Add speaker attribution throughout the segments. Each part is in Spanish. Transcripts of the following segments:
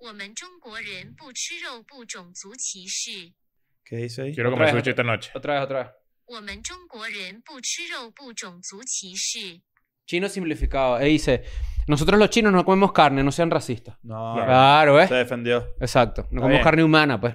Speaker 1: 我们中国人不吃肉，不种族歧视。
Speaker 2: ¿Qué dice ahí?
Speaker 3: Quiero
Speaker 4: Otra
Speaker 3: comer
Speaker 4: vez,
Speaker 3: sushi
Speaker 4: otra-
Speaker 3: esta noche.
Speaker 4: Otra vez, otra vez.
Speaker 1: 我们中国人不吃肉，不种族歧视。
Speaker 4: Chino simplificado. E dice, nosotros los chinos no comemos carne, no sean racistas.
Speaker 2: No,
Speaker 4: Claro, ¿ves?
Speaker 2: se defendió.
Speaker 4: Exacto.
Speaker 2: Está
Speaker 4: No comemos
Speaker 2: bien.
Speaker 4: carne humana, pues.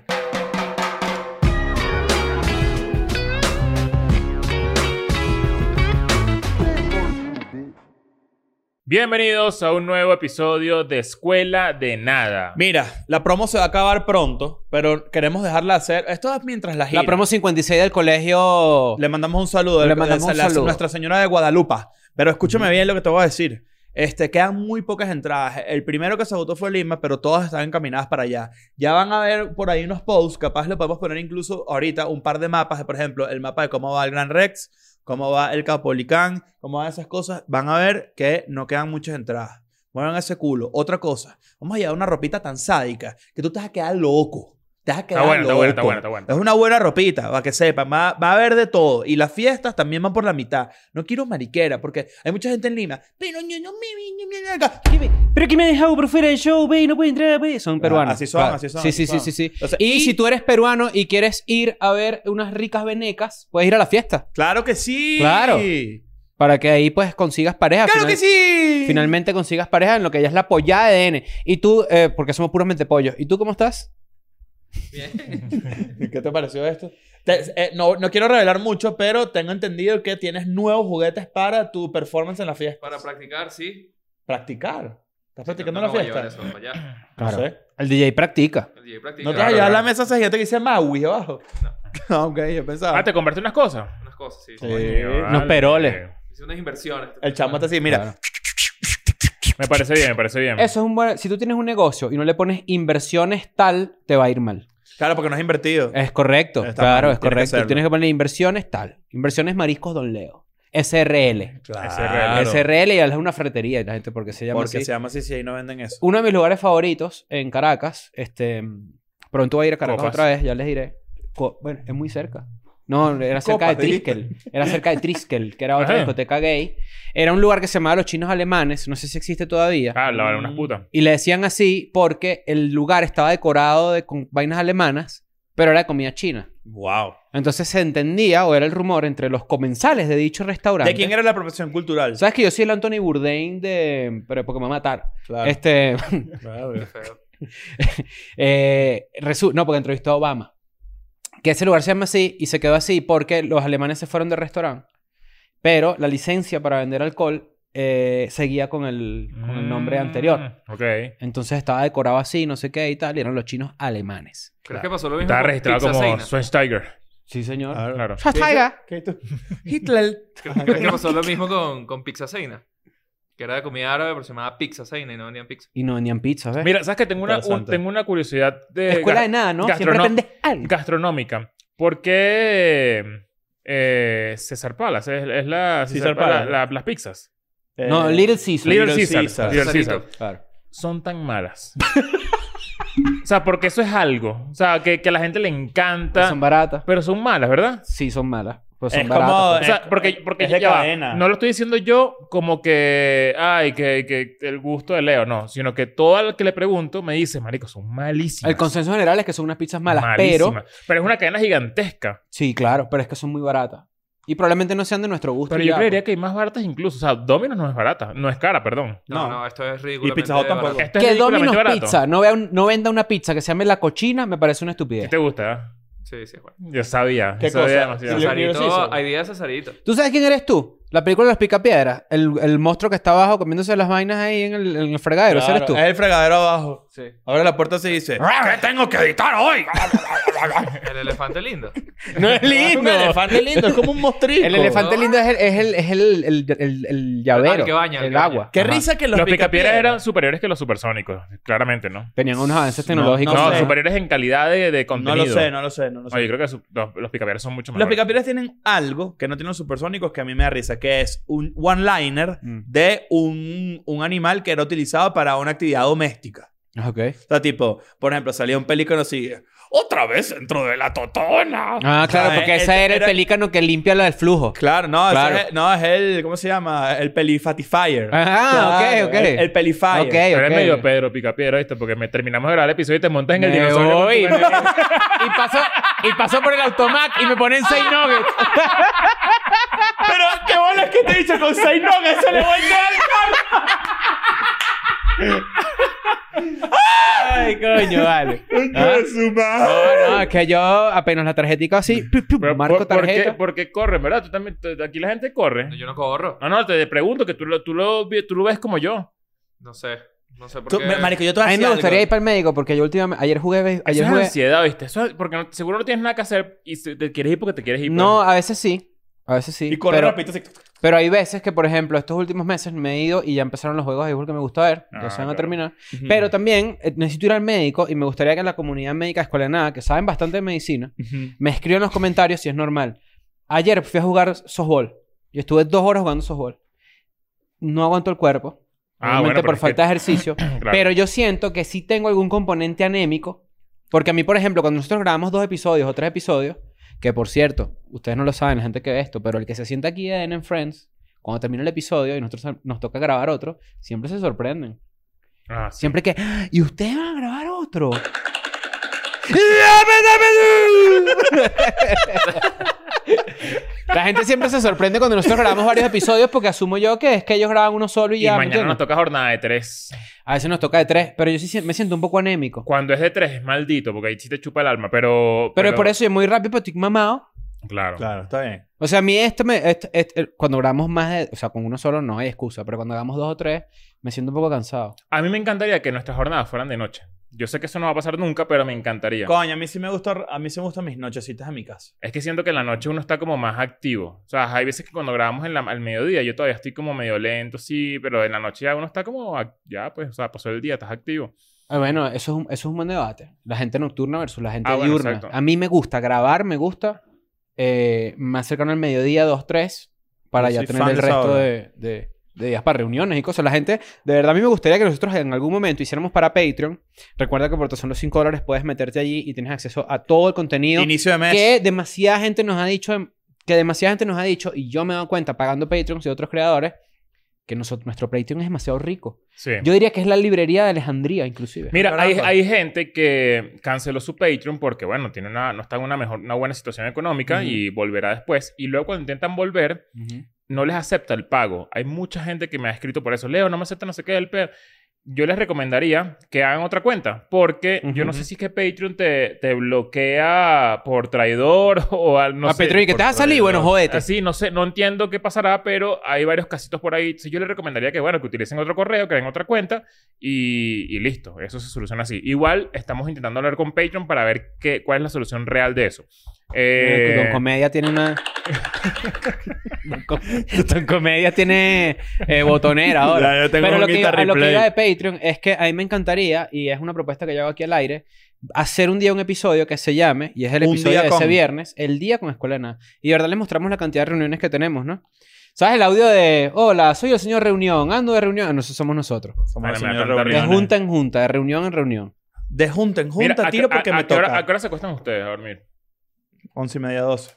Speaker 3: Bienvenidos a un nuevo episodio de Escuela de Nada.
Speaker 2: Mira, la promo se va a acabar pronto, pero queremos dejarla hacer. Esto es mientras la gira.
Speaker 4: La promo 56 del colegio...
Speaker 2: Le mandamos un saludo.
Speaker 4: Le mandamos
Speaker 2: Esa-
Speaker 4: un
Speaker 2: la-
Speaker 4: saludo.
Speaker 2: Nuestra señora de Guadalupe. Pero escúchame bien lo que te voy a decir. Este, quedan muy pocas entradas. El primero que se votó fue Lima, pero todas están encaminadas para allá. Ya van a ver por ahí unos posts. Capaz le podemos poner incluso ahorita un par de mapas. de, Por ejemplo, el mapa de cómo va el Gran Rex, cómo va el Capolicán, cómo van esas cosas. Van a ver que no quedan muchas entradas. Muevan ese culo. Otra cosa. Vamos a llevar una ropita tan sádica que tú te vas a quedar loco. Te vas a quedar
Speaker 3: Está buena, está
Speaker 2: loco.
Speaker 3: buena, está buena, está buena.
Speaker 2: Es una buena ropita, para que sepan. Va, va a haber de todo. Y las fiestas también van por la mitad. No quiero mariquera, porque hay mucha gente en Lima. Pero yo no me vine, me vine acá.
Speaker 4: ¿Qué ve? Pero que me ha dejado por fuera del show, ve, y no puede entrar, ve. Son peruanos.
Speaker 2: Ah, así son,
Speaker 4: Claro.
Speaker 2: así son,
Speaker 4: Sí,
Speaker 2: así
Speaker 4: sí, sí,
Speaker 2: son.
Speaker 4: sí, sí.
Speaker 2: O sea,
Speaker 4: Y si tú eres peruano y quieres ir a ver unas ricas venecas, puedes ir a la fiesta.
Speaker 2: Claro que sí.
Speaker 4: Claro. Para que ahí pues consigas pareja.
Speaker 2: Claro
Speaker 4: Final-
Speaker 2: que sí.
Speaker 4: Finalmente consigas pareja en lo que ya es la pollada de N. Y tú, eh, porque somos puros mentepollos. ¿Y tú cómo estás?
Speaker 2: ¿Qué te pareció esto? Te- eh, no, no quiero revelar mucho, pero tengo entendido que tienes nuevos juguetes para tu performance en la fiesta.
Speaker 5: Para practicar, sí.
Speaker 2: Practicar. ¿Estás practicando en la
Speaker 5: No, no voy a llevar
Speaker 2: fiesta?
Speaker 5: eso pues, para allá.
Speaker 2: No sé.
Speaker 4: El DJ practica.
Speaker 5: El DJ practica
Speaker 2: No te vas
Speaker 3: Claro,
Speaker 2: a llevar
Speaker 3: claro.
Speaker 2: la mesa a esa gente que dice Maui abajo. No, ok, yo pensaba.
Speaker 3: Ah, ¿te compraste unas cosas?
Speaker 5: unas cosas, sí.
Speaker 2: Sí.
Speaker 3: Coño,
Speaker 2: Unos
Speaker 3: vale.
Speaker 4: peroles.
Speaker 5: Hice unas inversiones.
Speaker 2: El chamo está así, mira.
Speaker 4: Claro.
Speaker 3: Me parece bien, me parece bien.
Speaker 4: Eso es un buen... Si tú tienes un negocio y no le pones inversiones tal, te va a ir mal.
Speaker 2: Claro, porque no has invertido.
Speaker 4: Es correcto.
Speaker 2: Está
Speaker 4: claro,
Speaker 2: mal, tienes
Speaker 4: es
Speaker 2: que
Speaker 4: correcto.
Speaker 2: hacerlo.
Speaker 4: tienes que poner inversiones tal. Inversiones Mariscos Don Leo. SRL.
Speaker 3: Claro.
Speaker 4: SRL y es una ferretería y la gente porque se llama
Speaker 2: Porque
Speaker 4: así.
Speaker 2: se llama así, si ahí no venden eso.
Speaker 4: Uno de mis lugares favoritos en Caracas, este pronto voy a ir a Caracas
Speaker 3: Copas.
Speaker 4: otra vez, ya les diré. Co- bueno, es muy cerca. No, era cerca
Speaker 2: Copas,
Speaker 4: de Triskel. Era cerca de Triskel, que era otra
Speaker 3: Ajá.
Speaker 4: discoteca gay. Era un lugar que se llamaba Los Chinos Alemanes, no sé si existe todavía.
Speaker 3: Ah, la vale, unas putas.
Speaker 4: Y le decían así porque el lugar estaba decorado de, con vainas alemanas, pero era de comida china.
Speaker 2: Wow.
Speaker 4: Entonces se entendía, o era el rumor, entre los comensales de dicho restaurante.
Speaker 2: ¿De quién era la profesión cultural?
Speaker 4: ¿Sabes que yo soy el Anthony Bourdain de... Pero porque me va a matar.
Speaker 2: Claro.
Speaker 4: Este...
Speaker 5: Qué feo.
Speaker 4: eh, resu- no, porque entrevistó a Obama. Que ese lugar se llama así y se quedó así porque los alemanes se fueron del restaurante. Pero la licencia para vender alcohol eh, seguía con el, con el nombre anterior.
Speaker 3: Mm, Ok.
Speaker 4: Entonces estaba decorado así, no sé qué y tal. Y eran los chinos alemanes.
Speaker 5: Pero es que pasó lo mismo.
Speaker 3: Estaba
Speaker 5: con
Speaker 3: registrado
Speaker 5: Pizza
Speaker 3: como
Speaker 5: Seina.
Speaker 3: Schweinsteiger.
Speaker 4: Sí, señor.
Speaker 3: Claro.
Speaker 2: Hitler.
Speaker 5: Creo que pasó lo mismo con, con Pizza Seina. Que era de comida árabe, pero se llamaba Pizza Seina y no vendían pizza.
Speaker 4: Y no vendían pizza, ¿ves?
Speaker 3: Mira, eh, ¿sabes que tengo una,
Speaker 2: Interesante.
Speaker 3: tengo una curiosidad de
Speaker 4: Escuela
Speaker 3: gas-
Speaker 4: de nada, ¿no? Siempre
Speaker 3: gastrono-
Speaker 4: aprendes algo.
Speaker 3: gastronómica? ¿Por qué eh, César Palace? Es, es la,
Speaker 2: César Palace.
Speaker 3: la- la- las pizzas.
Speaker 4: No,
Speaker 2: Eh,
Speaker 4: Little Caesar.
Speaker 3: Little,
Speaker 2: Little
Speaker 3: Caesar.
Speaker 2: Caesar.
Speaker 3: Little
Speaker 5: Cesarito.
Speaker 3: Caesar. Son tan malas. o sea, porque eso es algo. O sea, que, que a la gente le encanta.
Speaker 4: Son baratas.
Speaker 3: Pero son malas, ¿verdad?
Speaker 4: Sí, son malas. Pero son
Speaker 2: Es como- eh,
Speaker 4: baratas.
Speaker 3: O sea,
Speaker 2: Es-
Speaker 3: porque, porque
Speaker 2: es de
Speaker 3: ya va,
Speaker 2: cadena.
Speaker 3: no lo estoy diciendo yo como que, ay, que, que el gusto de Leo, no, sino que todo el que le pregunto me dice, marico, son malísimas.
Speaker 4: El consenso general es que son unas pizzas malas, pero...
Speaker 3: Malísimas. Pero es una cadena gigantesca.
Speaker 4: Sí, claro, pero es que son muy baratas. Y probablemente no sean de nuestro gusto.
Speaker 3: Pero
Speaker 4: y
Speaker 3: yo
Speaker 4: ya, pues.
Speaker 3: creería que hay más baratas incluso. O sea, Domino's no es barata, no es cara, perdón.
Speaker 5: No,
Speaker 2: No.
Speaker 5: no, esto es ridículo.
Speaker 2: Pizza Hut tampoco.
Speaker 3: Esto
Speaker 4: pues.
Speaker 3: es
Speaker 4: Que
Speaker 3: ridículamente
Speaker 4: Domino's
Speaker 3: barato.
Speaker 4: Pizza no, vea un- no venda una pizza que se llame La Cochina me parece una
Speaker 3: ¿Qué
Speaker 4: estupidez.
Speaker 3: te gusta? eh?
Speaker 5: Sí, sí, bueno.
Speaker 3: Yo sabía.
Speaker 2: ¿Qué
Speaker 3: yo sabía
Speaker 2: cosa?
Speaker 3: demasiado.
Speaker 2: Sí, yo- Little Caesar.
Speaker 5: Cesarito, hay idea de Cesarito.
Speaker 4: ¿Tú sabes quién eres tú? La película de los Picapiedras. El, el monstruo que está abajo comiéndose las vainas ahí en el, en el fregadero. Ese eres tú.
Speaker 2: Claro, Es el fregadero abajo.
Speaker 5: Sí.
Speaker 2: Ahora la puerta se dice. ¿Qué tengo que editar hoy?
Speaker 5: El elefante lindo.
Speaker 4: No es
Speaker 2: Un elefante lindo, es como un mostrico.
Speaker 4: El elefante lindo es el, es el, es el, el, el- el llavero.
Speaker 5: Ah, el que baña, el
Speaker 4: El
Speaker 5: que baña.
Speaker 4: agua.
Speaker 2: Qué
Speaker 4: Ajá.
Speaker 2: risa que los,
Speaker 3: Los, picapiedras eran
Speaker 2: picapiedras-
Speaker 3: superiores que los supersónicos, claramente, ¿no?
Speaker 4: Tenían unos avances
Speaker 2: No,
Speaker 4: tecnológicos.
Speaker 3: No,
Speaker 2: sé.
Speaker 3: superiores en calidad de, de
Speaker 2: No
Speaker 3: contenido.
Speaker 2: lo sé, no lo sé, no lo sé.
Speaker 3: No, yo creo que su- los, los picapiedras son mucho
Speaker 2: Los
Speaker 3: mejores.
Speaker 2: picapiedras tienen algo que no tienen los supersónicos que a mí me da risa, que es un one-liner
Speaker 4: Mm.
Speaker 2: de un, un animal que era utilizado para una actividad doméstica.
Speaker 4: Ok.
Speaker 2: O sea, tipo, por ejemplo, salía un pelícano así, otra vez dentro de la totona.
Speaker 4: Ah, claro,
Speaker 2: Ah,
Speaker 4: porque
Speaker 2: eh,
Speaker 4: ese era el
Speaker 2: era-
Speaker 4: pelícano que limpia la del flujo.
Speaker 2: Claro, no, ese
Speaker 4: Claro.
Speaker 2: Es, el- no, es el, ¿cómo se llama? El pelifatifier.
Speaker 4: Ah,
Speaker 2: Claro,
Speaker 4: ok, ok.
Speaker 2: El, el pelifire.
Speaker 4: Ok,
Speaker 3: Pero
Speaker 4: ok.
Speaker 3: eres medio Pedro Picapiedra, ¿viste? Porque me terminamos de grabar el episodio y te montas en el
Speaker 4: Me
Speaker 3: dinosaurio. con
Speaker 4: voy.
Speaker 3: tu veneno.
Speaker 4: Y pasó, y pasó por el automac y me ponen seis
Speaker 3: Ah.
Speaker 4: nuggets.
Speaker 2: Pero qué bolas que te dice con seis nogas se le va a
Speaker 4: Ay, coño, vale. Ah, No, no, es que yo apenas la tarjetica así, pu, pu,
Speaker 3: Pero
Speaker 4: marco
Speaker 3: por- ¿por qué-
Speaker 4: tarjeta.
Speaker 3: Porque corren, ¿verdad? Tú también, tú- aquí la gente corre.
Speaker 5: Yo no corro.
Speaker 3: No, no, te pregunto que tú lo, tú lo, vi- tú lo ves como yo.
Speaker 5: No sé. No sé por
Speaker 2: Tú,
Speaker 5: qué.
Speaker 2: me- marico, yo te voy
Speaker 4: A
Speaker 2: a
Speaker 4: mí
Speaker 2: decir
Speaker 4: me gustaría ir
Speaker 2: algo.
Speaker 4: para el médico porque yo últimamente, ayer jugué, be-
Speaker 3: Eso
Speaker 4: ayer
Speaker 3: es
Speaker 4: jugué.
Speaker 3: ansiedad, ¿viste? Eso es- porque no- seguro no tienes nada que hacer y se- te quieres ir porque te quieres ir.
Speaker 4: No, a veces sí. A veces sí.
Speaker 2: Y correr
Speaker 4: pero,
Speaker 2: rapidito así.
Speaker 4: pero hay veces que, por ejemplo, estos últimos meses me he ido y ya empezaron los juegos de béisbol que me gusta ver.
Speaker 3: Ah,
Speaker 4: ya se
Speaker 3: claro.
Speaker 4: van
Speaker 3: Hmm.
Speaker 4: a terminar. Pero también eh, necesito ir al médico y me gustaría que la comunidad médica de Escuela de Nada, que saben bastante de medicina,
Speaker 2: Ujú.
Speaker 4: me escriban en los comentarios si es normal. Ayer fui a jugar softball. Yo estuve dos horas jugando softball. No aguanto el cuerpo.
Speaker 3: Ah,
Speaker 4: obviamente
Speaker 3: bueno, pero
Speaker 4: por
Speaker 3: es
Speaker 4: falta de ejercicio.
Speaker 3: pero... pues. Claro.
Speaker 4: Pero yo siento que sí tengo algún componente anémico. Porque a mí, por ejemplo, cuando nosotros grabamos dos episodios o tres episodios, que por cierto, ustedes no lo saben, la gente que ve esto, pero el que se sienta aquí en en Friends, cuando termina el episodio y nosotros nos toca grabar otro, siempre se sorprenden.
Speaker 3: Ah, sí.
Speaker 4: Siempre que, "Ah, ¿y ustedes van a grabar otro? La gente siempre se sorprende cuando nosotros grabamos varios episodios porque asumo yo que es que ellos graban uno solo y
Speaker 3: Y
Speaker 4: ya. ¿me
Speaker 3: mañana nos
Speaker 4: entiendes?
Speaker 3: toca jornada de tres.
Speaker 4: A veces nos toca de tres, pero yo sí si- me siento un poco anémico.
Speaker 3: Cuando es de tres es maldito, porque ahí sí te chupa el alma, pero...
Speaker 4: Pero, por eso yo muy rápido, pero estoy mamado.
Speaker 3: Claro.
Speaker 2: Claro, está bien.
Speaker 4: O sea, a mí esto me... esto- esto- eh, cuando grabamos más de... O sea, con uno solo no hay excusa, pero cuando hagamos dos o tres, me siento un poco cansado.
Speaker 3: A mí me encantaría que nuestras jornadas fueran de noche. Yo sé que eso no va a pasar nunca, pero me encantaría.
Speaker 2: Coño, a mí sí me gusta, a mí sí me gustan mis nochecitas en mi casa.
Speaker 3: Es que siento que en la noche uno está como más activo. O sea, hay veces que cuando grabamos en la, al mediodía yo todavía estoy como medio lento, sí, pero en la noche ya uno está como, ac- ya pues, o sea, pasó el día, estás activo.
Speaker 4: Ah, bueno, eso es, un, eso es un buen debate. La gente nocturna versus la gente
Speaker 3: Ah, bueno,
Speaker 4: diurna.
Speaker 3: exacto.
Speaker 4: a mí me gusta grabar, me gusta. Eh, más cercano al mediodía, dos, tres, para
Speaker 2: Yo
Speaker 4: ya
Speaker 2: soy
Speaker 4: tener
Speaker 2: fan
Speaker 4: el
Speaker 2: de esa
Speaker 4: resto
Speaker 2: hora.
Speaker 4: de, de- de días para reuniones y cosas. La gente, de verdad, a mí me gustaría que nosotros en algún momento hiciéramos para Patreon. Recuerda que por tan solo 5 dólares puedes meterte allí y tienes acceso a todo el contenido
Speaker 2: Inicio de mes.
Speaker 4: que demasiada gente nos ha dicho, en- que demasiada gente nos ha dicho, y yo me he dado cuenta pagando Patreons y otros creadores, que nosotros, nuestro Patreon es demasiado rico.
Speaker 3: Sí.
Speaker 4: Yo diría que es la librería de Alejandría, inclusive.
Speaker 3: Mira, hay,
Speaker 2: Caramba.
Speaker 3: hay gente que canceló su Patreon porque, bueno, tiene una, no está en una, mejor, una buena situación económica
Speaker 4: Ujú.
Speaker 3: y volverá después. Y luego cuando intentan volver, no les acepta el pago. Hay mucha gente que me ha escrito por eso. Leo, no me acepta no sé qué el pedo. Yo les recomendaría que hagan otra cuenta porque yo no
Speaker 4: Ujú.
Speaker 3: sé si es que Patreon te, te bloquea por traidor o al, no
Speaker 4: a
Speaker 3: sé.
Speaker 4: Petro Ah, y que
Speaker 3: por-
Speaker 4: te vas a salir, bueno, jódete.
Speaker 3: Así, no sé, no entiendo qué pasará, pero hay varios casitos por ahí. Entonces, yo les recomendaría que, bueno, que utilicen otro correo, que hagan otra cuenta y, y listo. Eso se soluciona así. Igual estamos intentando hablar con Patreon para ver qué, cuál es la solución real de eso. Eh,
Speaker 4: Don Comedia tiene una. Don, Com- Don Comedia tiene eh, botonera ahora.
Speaker 2: Ya, yo tengo
Speaker 4: Pero
Speaker 2: un
Speaker 4: lo que, iba,
Speaker 2: guitar
Speaker 4: a lo que
Speaker 2: replay.
Speaker 4: iba de Patreon es que a mí me encantaría, y es una propuesta que yo hago aquí al aire, hacer un día un episodio que se llame, y es el
Speaker 2: Un
Speaker 4: episodio
Speaker 2: día
Speaker 4: de ese
Speaker 2: con.
Speaker 4: viernes, el día con Escuela de Nada. Y de verdad les mostramos la cantidad de reuniones que tenemos, ¿no? ¿Sabes el audio de Hola, soy el señor reunión, ando de reunión? Ah, No, eso somos nosotros.
Speaker 2: Somos
Speaker 3: Bueno,
Speaker 2: los
Speaker 3: me da
Speaker 2: señores
Speaker 3: tanta
Speaker 4: De
Speaker 2: reuniones.
Speaker 3: Reuniones.
Speaker 4: junta en junta, de reunión en reunión.
Speaker 2: De junta en
Speaker 3: mira,
Speaker 2: junta,
Speaker 3: ¿a qué-
Speaker 2: tiro porque
Speaker 3: a-
Speaker 2: me
Speaker 3: a qué hora-
Speaker 2: toca.
Speaker 3: ¿A qué hora se acuestan ustedes a dormir?
Speaker 2: Once y media, doce.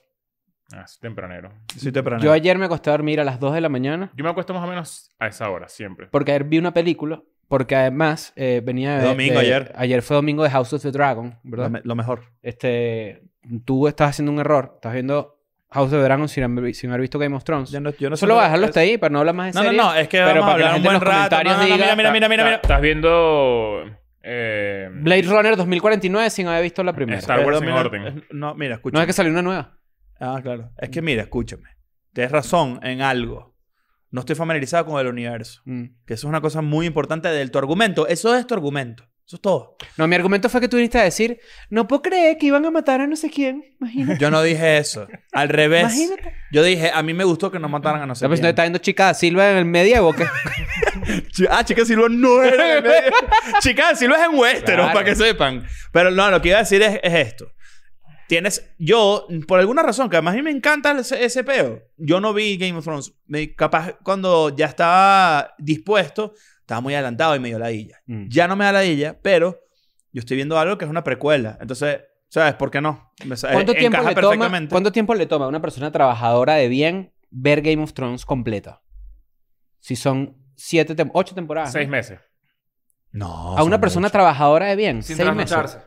Speaker 3: Ah, es tempranero.
Speaker 2: Sí, temprano.
Speaker 4: Yo ayer me acosté a dormir a las 2 de la mañana.
Speaker 3: Yo me acuesto más o menos a esa hora, siempre.
Speaker 4: Porque ayer vi una película. Porque además eh, venía de...
Speaker 2: Domingo
Speaker 4: de-
Speaker 2: ayer.
Speaker 4: Ayer fue domingo de House of the Dragon,
Speaker 2: lo,
Speaker 4: ¿verdad?
Speaker 2: me- lo mejor.
Speaker 4: Este... Tú estás haciendo un error. Estás viendo House of the Dragon sin, haber- sin haber visto Game of Thrones.
Speaker 2: Yo no, yo no sé
Speaker 4: Solo
Speaker 2: lo-
Speaker 4: voy a dejarlo hasta ahí para no hablar más de
Speaker 2: No, no,
Speaker 4: series.
Speaker 2: no, es que
Speaker 4: Pero
Speaker 2: vamos a
Speaker 4: para que la
Speaker 2: hablar un
Speaker 4: gente en
Speaker 2: buen rato.
Speaker 4: los
Speaker 2: No,
Speaker 4: comentarios
Speaker 2: no, no,
Speaker 4: diga-
Speaker 2: mira, mira, mira, mira,
Speaker 3: Está-
Speaker 2: mira.
Speaker 3: Estás viendo... eh,
Speaker 4: Blade Runner 2049 sin haber visto la primera.
Speaker 3: Star Wars en
Speaker 2: Mira,
Speaker 3: orden.
Speaker 2: eh, No, mira,
Speaker 4: No
Speaker 2: escúchame.
Speaker 4: es que salió una nueva.
Speaker 2: Ah, claro. Es que mira, escúchame. Tienes razón en algo. No estoy familiarizado con el universo.
Speaker 4: Mm.
Speaker 2: Que eso es una cosa muy importante de tu argumento. Eso es tu argumento. Eso es todo.
Speaker 4: No, mi argumento fue que tú viniste a decir... No puedo creer que iban a matar a no sé quién. Imagínate.
Speaker 2: Yo no dije eso. Al revés.
Speaker 4: Imagínate.
Speaker 2: Yo dije, a mí me gustó que no mataran a no sé
Speaker 4: ¿Sabes? No
Speaker 2: quién.
Speaker 4: está viendo chica da Silva en el medievo. ¿qué?
Speaker 2: Ch- Ah, Chica de Silva no era de medio. Chica de Silva es en Westeros,
Speaker 4: Claro.
Speaker 2: para que sepan. Pero no, lo que iba a decir es, es esto. Tienes, yo, por alguna razón, que además a mí me encanta ese, ese peo. Yo no vi Game of Thrones. Me- capaz cuando ya estaba dispuesto, Estaba muy adelantado y me dio ladilla.
Speaker 4: Mm.
Speaker 2: Ya no me da ladilla, pero yo estoy viendo algo que es una precuela. Entonces, ¿sabes por qué no? Me sa-
Speaker 4: ¿Cuánto
Speaker 2: eh,
Speaker 4: tiempo,
Speaker 2: encaja
Speaker 4: le toma,
Speaker 2: perfectamente.
Speaker 4: ¿Cuánto tiempo le toma a una persona trabajadora de bien ver Game of Thrones completa? Si son siete, tem- ocho
Speaker 2: ah.
Speaker 4: temporadas.
Speaker 3: Seis
Speaker 4: ¿no?
Speaker 3: meses.
Speaker 2: No.
Speaker 4: A una persona trabajadora de bien.
Speaker 5: Sin
Speaker 4: seis meses.
Speaker 5: trasnocharse.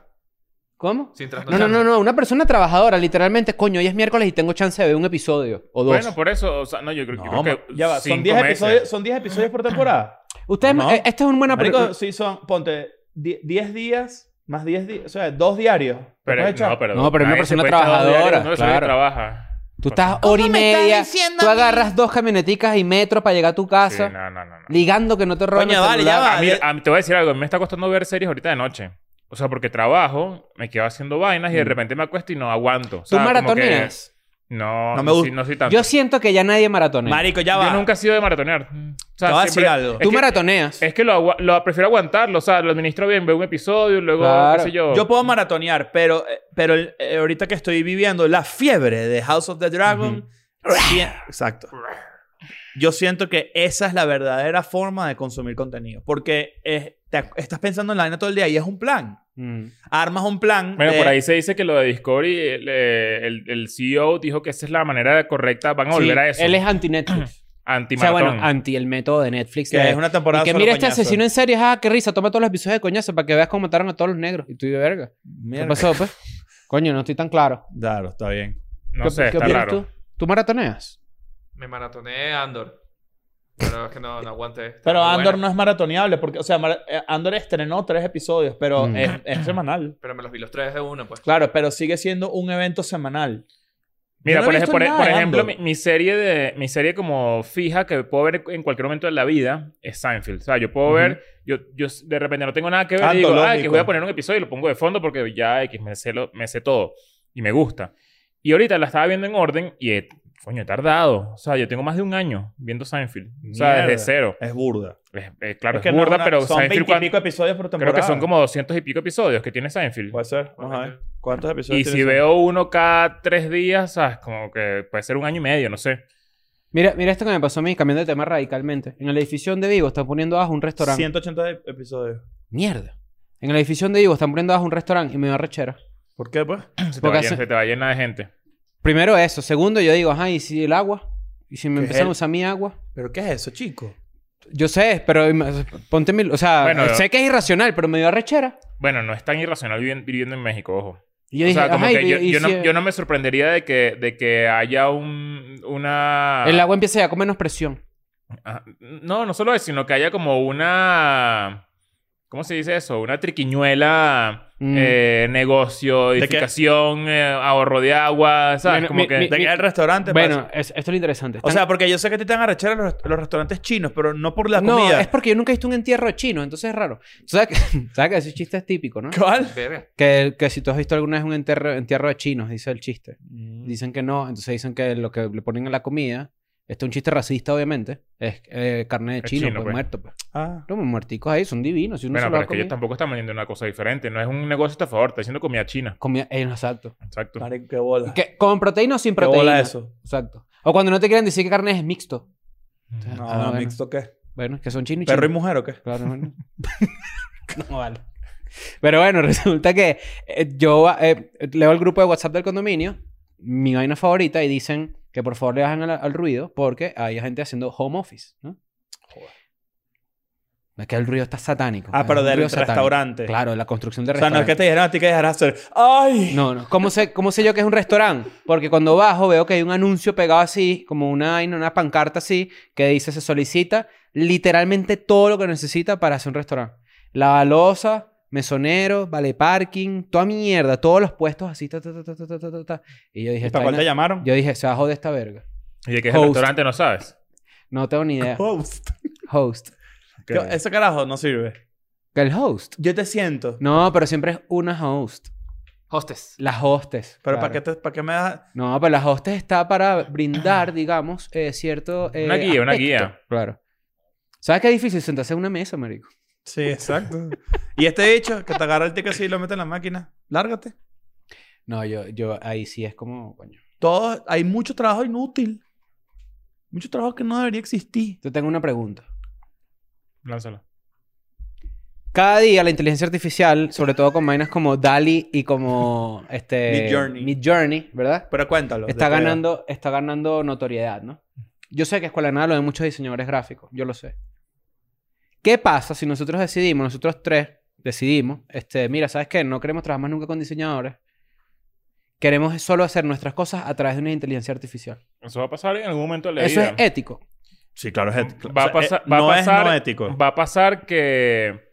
Speaker 4: ¿Cómo?
Speaker 5: Sin
Speaker 4: No,
Speaker 5: trasnocharse.
Speaker 4: no, no, no. Una persona trabajadora, literalmente, coño, hoy es miércoles y tengo chance de ver un episodio o dos.
Speaker 3: Bueno, pues, por eso, o sea, no, yo creo, yo
Speaker 2: No,
Speaker 3: creo
Speaker 2: ma-
Speaker 3: que
Speaker 2: ya va,
Speaker 3: cinco
Speaker 2: son 10
Speaker 3: meses.
Speaker 2: episodios, son 10 episodios por temporada.
Speaker 4: Ustedes,
Speaker 2: No.
Speaker 4: eh, esta es una buena pre-
Speaker 2: Marico, sí son, ponte, die- 10 días más 10 días, o sea, 2 diarios. ¿Te
Speaker 3: Pero,
Speaker 2: puedes echar?
Speaker 3: no, pero,
Speaker 4: No, pero una
Speaker 3: nadie se
Speaker 4: persona
Speaker 3: puede echar dos
Speaker 4: trabajadora,
Speaker 3: diarios, No, eso
Speaker 4: claro.
Speaker 3: trabaja.
Speaker 4: Tú estás hora y
Speaker 1: me estás
Speaker 4: media.
Speaker 1: diciendo
Speaker 4: Tú
Speaker 1: a mí?
Speaker 4: agarras dos camioneticas y metro para llegar a tu
Speaker 3: Sí,
Speaker 4: casa.
Speaker 3: no, no, no. no.
Speaker 4: Ligando que no te roben
Speaker 2: Coño,
Speaker 4: el
Speaker 2: vale, ya
Speaker 4: celular.
Speaker 2: va.
Speaker 3: Ah, mira,
Speaker 2: de-
Speaker 3: a mí- te voy a decir algo. Me está costando ver series ahorita de noche. O sea, porque trabajo, me quedo haciendo vainas y de repente me acuesto y no aguanto. O
Speaker 4: Mm. Tú
Speaker 3: sea, como
Speaker 4: maratoneas.
Speaker 3: que- No,
Speaker 2: No me
Speaker 3: no me
Speaker 2: gusta.
Speaker 3: gusta. No soy tanto.
Speaker 4: Yo siento que ya nadie maratonea.
Speaker 2: Marico, ya
Speaker 3: Yo
Speaker 2: va.
Speaker 3: nunca he sido de maratonear. O sea,
Speaker 2: Te voy a
Speaker 3: siempre-
Speaker 2: decir algo.
Speaker 3: es
Speaker 4: Tú
Speaker 3: que-
Speaker 4: maratoneas.
Speaker 3: Es que lo, agua- lo prefiero aguantarlo. O sea, lo administro bien. Veo un episodio, luego,
Speaker 4: Claro.
Speaker 3: qué sé yo.
Speaker 2: Yo puedo maratonear, pero, eh, pero el- eh, ahorita que estoy viviendo la fiebre de House of the Dragon. sí- Exacto. Yo siento que esa es la verdadera forma de consumir contenido. Porque es- te ac- estás pensando en la vaina todo el día y es un plan.
Speaker 4: Mm.
Speaker 2: Armas un plan.
Speaker 3: Bueno,
Speaker 2: de-
Speaker 3: por
Speaker 4: eh,
Speaker 3: ahí se dice que lo de Discovery, el, eh, el- el CEO dijo que esa es la manera correcta. Van a volver
Speaker 4: Sí,
Speaker 3: a eso.
Speaker 4: Él es anti-Netflix.
Speaker 3: anti
Speaker 4: o sea, bueno,
Speaker 3: maratón
Speaker 4: anti el método de Netflix.
Speaker 2: Que
Speaker 4: de-
Speaker 2: es una temporada
Speaker 4: y que
Speaker 2: solo
Speaker 4: mira este
Speaker 2: coñazo.
Speaker 4: asesino en serie, ah, qué risa, toma todos los episodios de coñazo para que veas cómo mataron a todos los negros. Y tú de verga. ¿Qué
Speaker 2: Mierda.
Speaker 4: pasó, pues? Coño, no estoy tan claro.
Speaker 2: Claro, está bien.
Speaker 3: No
Speaker 4: ¿Qué-
Speaker 3: sé,
Speaker 4: qué
Speaker 3: está
Speaker 4: opinas
Speaker 3: raro.
Speaker 4: tú? ¿Tú maratoneas?
Speaker 5: Me maratoné Andor. Pero es que no, no aguanté. Está
Speaker 2: Pero
Speaker 5: muy
Speaker 2: Andor no
Speaker 5: buena.
Speaker 2: es maratoneable, porque, o sea, Mar- eh, Andor estrenó tres episodios, pero
Speaker 4: Mm.
Speaker 2: es, es semanal.
Speaker 5: Pero me los vi los tres de uno, pues.
Speaker 2: Claro, pero sigue siendo un evento semanal.
Speaker 3: Mira,
Speaker 2: no he
Speaker 3: por, ej-
Speaker 2: visto
Speaker 3: por,
Speaker 2: nada
Speaker 3: por
Speaker 2: de
Speaker 3: ejemplo, mi,
Speaker 2: Andor.
Speaker 3: mi serie de mi serie como fija que puedo ver en cualquier momento de la vida es Seinfeld. O sea, yo puedo ver, yo, yo s- de repente no tengo nada que ver y digo, ah, que
Speaker 2: Antológico.
Speaker 3: voy a poner un episodio y lo pongo de fondo porque ya X me sé, lo- me sé todo y me gusta. Y ahorita la estaba viendo en orden y he- coño, he tardado. O sea, yo tengo más de un año viendo Seinfeld. O sea,
Speaker 2: Mierda.
Speaker 3: desde cero.
Speaker 2: Es burda.
Speaker 3: Es- es- claro, es,
Speaker 2: que no
Speaker 3: burda,
Speaker 2: una-
Speaker 3: pero
Speaker 2: son
Speaker 3: Seinfeld
Speaker 2: 20 y
Speaker 3: cuan-
Speaker 2: pico episodios por temporada.
Speaker 3: creo que son como 200 y pico episodios que tiene Seinfeld.
Speaker 2: Puede ser, vamos a ver. ¿Cuántos episodios
Speaker 3: Y si
Speaker 2: tiene eso?
Speaker 3: veo uno cada tres días, ¿sabes? Como que puede ser un año y medio, no sé.
Speaker 4: Mira, mira esto que me pasó a mí, cambiando de tema radicalmente. En el edificio donde vivo están poniendo abajo un restaurante.
Speaker 2: 180 de- episodios.
Speaker 4: Mierda. En el edificio donde vivo están poniendo abajo un restaurante y me da rechera.
Speaker 2: ¿Por qué, pues?
Speaker 3: Se te,
Speaker 4: Porque
Speaker 3: va,
Speaker 4: hace-
Speaker 3: llen- se te va llena de gente.
Speaker 4: Primero eso. Segundo, yo digo, ajá, ¿y si el agua? ¿Y si
Speaker 2: Que
Speaker 4: me
Speaker 2: es
Speaker 4: empiezan
Speaker 2: el-
Speaker 4: a usar mi agua?
Speaker 2: ¿Pero qué es eso, chico?
Speaker 4: Yo sé, pero im- ponte mi... O sea,
Speaker 3: Bueno,
Speaker 4: sé que es irracional, pero me dio rechera.
Speaker 3: Bueno, no es tan irracional vivi- viviendo en México, ojo.
Speaker 4: Y yo
Speaker 3: o
Speaker 4: dije,
Speaker 3: sea, como
Speaker 4: ajá,
Speaker 3: que
Speaker 4: y-
Speaker 3: yo,
Speaker 4: y
Speaker 3: yo
Speaker 4: si-
Speaker 3: no, yo no me sorprendería de que, de que haya un, una...
Speaker 4: eh, El agua empieza ya con menos presión.
Speaker 3: Ajá. No, no solo eso, sino que haya como una... ¿Cómo se dice eso? Una triquiñuela,
Speaker 4: Mm.
Speaker 3: eh, negocio,
Speaker 2: ¿De qué?
Speaker 3: edificación, eh, ahorro de agua, ¿sabes?
Speaker 4: Bueno,
Speaker 3: como
Speaker 4: mi-
Speaker 3: que...
Speaker 4: mi-
Speaker 2: ¿De qué es el restaurante?
Speaker 4: Bueno,
Speaker 2: parece?
Speaker 4: es- esto es lo interesante.
Speaker 2: O
Speaker 4: Están-
Speaker 2: sea, porque yo sé que a ti te van a rechar los, los restaurantes chinos, pero no por la
Speaker 4: no,
Speaker 2: comida.
Speaker 4: es porque yo nunca he visto un entierro chino, entonces es raro. Tú ¿Sabes que, sabes que ese chiste es típico, ¿no?
Speaker 2: ¿Cuál?
Speaker 5: Verga.
Speaker 4: Que, que si tú has visto alguna vez un entierro, entierro de chinos, dice el chiste.
Speaker 2: Mm.
Speaker 4: Dicen que no, entonces dicen que lo que le ponen a la comida, esto es un chiste racista, obviamente, es eh, carne de
Speaker 3: Es
Speaker 4: chino,
Speaker 3: chino,
Speaker 4: pues,
Speaker 3: pues.
Speaker 4: muerto. Pues.
Speaker 2: Ah.
Speaker 4: Los muerticos ahí son divinos. Si uno
Speaker 3: Bueno,
Speaker 4: se lo
Speaker 3: pero
Speaker 4: va a
Speaker 3: es que ellos
Speaker 4: comer.
Speaker 3: tampoco están vendiendo una cosa diferente. No es un negocio a favor, está haciendo comida china.
Speaker 4: Comida- eh, exacto.
Speaker 3: Exacto.
Speaker 2: Marico, qué bola.
Speaker 4: Que- con proteína o sin
Speaker 2: qué
Speaker 4: proteína.
Speaker 2: bola eso.
Speaker 4: Exacto. O cuando no te quieren decir que carne es mixto.
Speaker 3: No,
Speaker 2: No,
Speaker 4: Ah,
Speaker 2: no,
Speaker 4: bueno.
Speaker 2: ¿mixto qué?
Speaker 4: Bueno, que son chinos y
Speaker 2: ¿Perro y
Speaker 4: chinos.
Speaker 2: mujer o qué?
Speaker 4: Claro, bueno. no vale. Pero bueno, resulta que eh, yo eh, leo el grupo de WhatsApp del condominio, mi vaina favorita, y dicen que por favor le bajen al, al ruido porque hay gente haciendo home office, ¿no? Es que el ruido está satánico.
Speaker 2: Ah,
Speaker 4: es
Speaker 2: pero
Speaker 4: un
Speaker 2: del
Speaker 4: ruido satánico.
Speaker 2: restaurante.
Speaker 4: Claro, la construcción del
Speaker 2: O sea, no es
Speaker 4: restaurante.
Speaker 2: que te dijeron a ti que dejarás hacer. ¡Ay!
Speaker 4: No, no. ¿Cómo sé, ¿Cómo sé yo que es un restaurante? Porque cuando bajo veo que hay un anuncio pegado así, como una, vaina, una pancarta así, que dice se solicita literalmente todo lo que necesita para hacer un restaurante. Lavalosa, mesonero, vale parking, toda mierda, todos los puestos así, ta, ta, ta, ta, ta, ta, ta, ta, ta. Y yo dije,
Speaker 2: ¿Para
Speaker 4: esta
Speaker 2: cuál te
Speaker 4: vaina-
Speaker 2: llamaron?
Speaker 4: yo dije, se bajó de esta verga.
Speaker 3: ¿Y de qué es
Speaker 4: Host.
Speaker 3: el restaurante? No sabes.
Speaker 4: No tengo ni idea.
Speaker 2: Host.
Speaker 4: Host.
Speaker 3: Que-
Speaker 2: Yo- Ese carajo no sirve.
Speaker 4: ¿Que el host?
Speaker 2: Yo te siento.
Speaker 4: No, pero siempre es una host.
Speaker 5: Hostes.
Speaker 4: Las hostes.
Speaker 2: Pero
Speaker 4: claro.
Speaker 2: ¿para, qué te- ¿para qué me das?
Speaker 4: No, pero las hostes está para brindar, digamos, eh, cierto. eh,
Speaker 3: Una guía, una
Speaker 4: aspecto.
Speaker 3: guía.
Speaker 4: Claro. ¿Sabes qué difícil sentarse a una mesa, marico?
Speaker 2: Sí, exacto. y este bicho que te agarra el ticket así y lo mete en la máquina. Lárgate.
Speaker 4: No, yo, yo ahí sí es como, coño.
Speaker 2: Todo, hay mucho trabajo inútil. Mucho trabajo que no debería existir.
Speaker 4: Yo tengo una pregunta.
Speaker 3: Lánzalo.
Speaker 4: Cada día la inteligencia artificial, sobre todo con vainas como DALI y como este
Speaker 2: Midjourney.
Speaker 4: Midjourney, ¿verdad?
Speaker 2: Pero cuéntalo.
Speaker 4: Está
Speaker 2: de verdad.
Speaker 4: ganando, está ganando notoriedad, ¿no? Yo sé que Escuela de Nada lo ven muchos diseñadores gráficos, yo lo sé. ¿Qué pasa si nosotros decidimos, nosotros tres decidimos, este, mira, ¿sabes qué? No queremos trabajar más nunca con diseñadores. Queremos solo hacer nuestras cosas a través de una inteligencia artificial.
Speaker 3: Eso va a pasar en algún momento de la
Speaker 4: Eso
Speaker 3: vida. Eh.
Speaker 4: es ético.
Speaker 2: Sí, claro, es ético.
Speaker 3: va a
Speaker 2: O sea,
Speaker 3: pasar-
Speaker 2: eh,
Speaker 3: va a
Speaker 2: no es
Speaker 3: pasar-
Speaker 2: no ético.
Speaker 3: Va a pasar que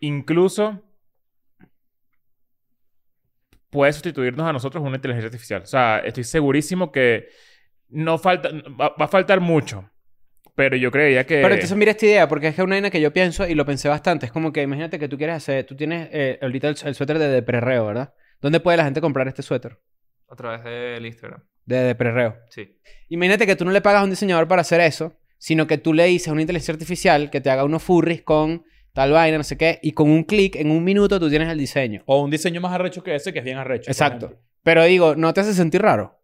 Speaker 3: incluso puede sustituirnos a nosotros una inteligencia artificial. O sea, estoy segurísimo que no falta, va, va a faltar mucho. Pero yo creería que...
Speaker 4: Pero entonces mira esta idea, porque es que una vaina que yo pienso y lo pensé bastante. Es como que imagínate que tú quieres hacer, tú tienes eh, ahorita el, el suéter de Deprerreo, ¿verdad? ¿Dónde puede la gente comprar este suéter
Speaker 5: A través del Instagram.
Speaker 4: de Deprerreo?
Speaker 5: Sí.
Speaker 4: Imagínate que tú no le pagas a un diseñador para hacer eso, sino que tú le dices a una inteligencia artificial que te haga unos furries con tal vaina, no sé qué, y con un clic en un minuto tú tienes el diseño.
Speaker 2: O un diseño más arrecho que ese, que es bien arrecho. por
Speaker 4: Exacto.
Speaker 2: ejemplo.
Speaker 4: Pero digo, ¿no te hace sentir raro?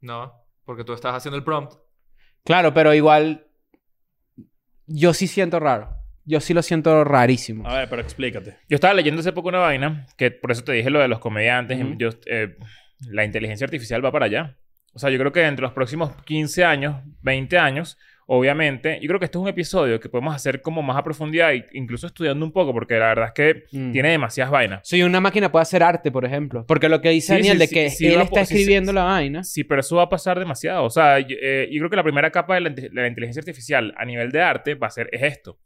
Speaker 5: No, porque tú estás haciendo el prompt.
Speaker 4: Claro, pero igual yo sí siento raro. Yo sí lo siento rarísimo.
Speaker 3: Ah,
Speaker 2: A ver, pero explícate.
Speaker 3: Yo estaba leyendo hace poco una vaina, que por eso te dije lo de los comediantes.
Speaker 4: Ujú.
Speaker 3: Yo, eh, la inteligencia artificial va para allá. O sea, yo creo que entre los próximos 15 años, 20 años, obviamente, yo creo que este es un episodio que podemos hacer como más a profundidad, e incluso estudiando un poco, porque la verdad es que
Speaker 4: Mm.
Speaker 3: tiene demasiadas vainas.
Speaker 4: Si una máquina puede hacer arte, por ejemplo. Porque lo que dice
Speaker 3: Sí,
Speaker 4: Daniel
Speaker 3: sí,
Speaker 4: de
Speaker 3: sí,
Speaker 4: que
Speaker 3: sí,
Speaker 4: él
Speaker 3: va
Speaker 4: está
Speaker 3: por- sí, sí,
Speaker 4: escribiendo
Speaker 3: sí.
Speaker 4: la vaina.
Speaker 3: Sí, pero eso va a pasar demasiado. O sea, yo, eh, yo creo que la primera capa de la, inte- de la inteligencia artificial a nivel de arte va a ser es esto.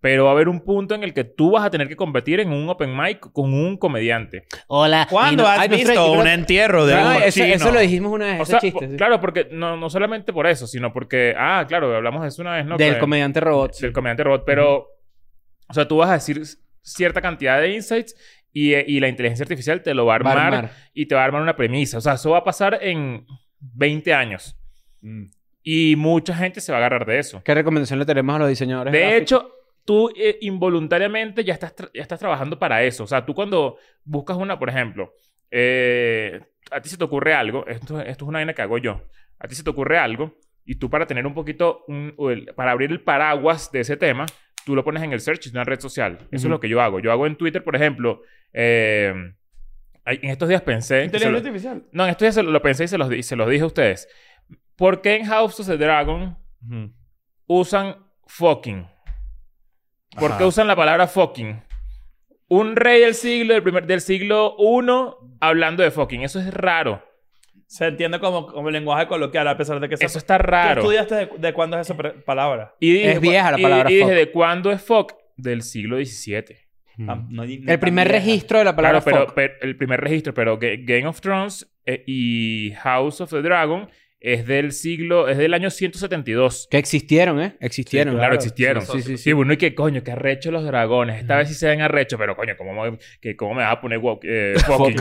Speaker 3: Pero va a haber un punto en el que tú vas a tener que competir en un open mic con un comediante.
Speaker 4: Hola.
Speaker 2: ¿Cuándo has visto un entierro de un
Speaker 4: Ah, eso,
Speaker 2: chino?
Speaker 4: eso lo dijimos una vez,
Speaker 3: O
Speaker 4: ese
Speaker 3: sea,
Speaker 4: chiste.
Speaker 3: po-
Speaker 4: sí.
Speaker 3: claro, porque no, no solamente por eso, sino porque, ah, claro, hablamos de eso una vez, ¿no?
Speaker 4: Del
Speaker 3: Que-
Speaker 4: comediante robot.
Speaker 3: Del comediante robot, pero, o sea, tú vas a decir cierta cantidad de insights y, eh, y la inteligencia artificial te lo va a
Speaker 4: Va
Speaker 3: armar,
Speaker 4: a armar.
Speaker 3: y te va a armar una premisa. O sea, eso va a pasar en 20 años
Speaker 4: Mm.
Speaker 3: y mucha gente se va a agarrar de eso.
Speaker 4: ¿Qué recomendación le tenemos a los diseñadores?
Speaker 3: De
Speaker 4: gráficos?
Speaker 3: hecho, tú eh, involuntariamente ya estás, tra- ya estás trabajando para eso. O sea, tú cuando buscas una, por ejemplo, eh, a ti se te ocurre algo, esto, esto es una vaina que hago yo, a ti se te ocurre algo y tú para tener un poquito, un- o el- para abrir el paraguas de ese tema, tú lo pones en el search de una red social. Eso es
Speaker 4: Ujú.
Speaker 3: lo que yo hago. Yo hago en Twitter, por ejemplo, eh, ay, en estos días pensé... que se
Speaker 2: Inteligencia
Speaker 3: lo-
Speaker 2: artificial.
Speaker 3: no, en estos días se lo, lo pensé y se los, di- se los dije a ustedes. ¿Por qué en House of the Dragon usan fucking. ¿Por
Speaker 2: Ajá.
Speaker 3: qué usan la palabra fucking? Un rey del siglo, del, primer, del siglo I hablando de fucking. Eso es raro.
Speaker 2: Se entiende como, como lenguaje coloquial, a pesar de que esa-
Speaker 3: Eso está raro.
Speaker 2: ¿Tú estudiaste de, de cuándo es esa pre- palabra?
Speaker 3: Y dije,
Speaker 4: Es vieja la
Speaker 3: y-
Speaker 4: palabra
Speaker 3: Y, dije,
Speaker 4: fuck.
Speaker 3: ¿de cuándo es fuck? Del siglo XVII.
Speaker 4: Mm.
Speaker 2: Ah, no, ni- ni
Speaker 4: El
Speaker 2: tan
Speaker 4: primer
Speaker 2: vieja.
Speaker 4: registro de la palabra
Speaker 3: Claro, pero,
Speaker 4: fuck.
Speaker 3: pero el primer registro, pero Ga- Game of Thrones eh, y House of the Dragon es del siglo, es del año 172.
Speaker 4: Que existieron, ¿eh?
Speaker 3: Sí,
Speaker 4: Existieron.
Speaker 3: claro, existieron.
Speaker 5: Sí, sí,
Speaker 3: Sí, bueno, y que coño, que arrecho los dragones. Esta vez sí se ven arrecho, pero coño, ¿cómo me, que, cómo me vas a poner walk- eh, fucking?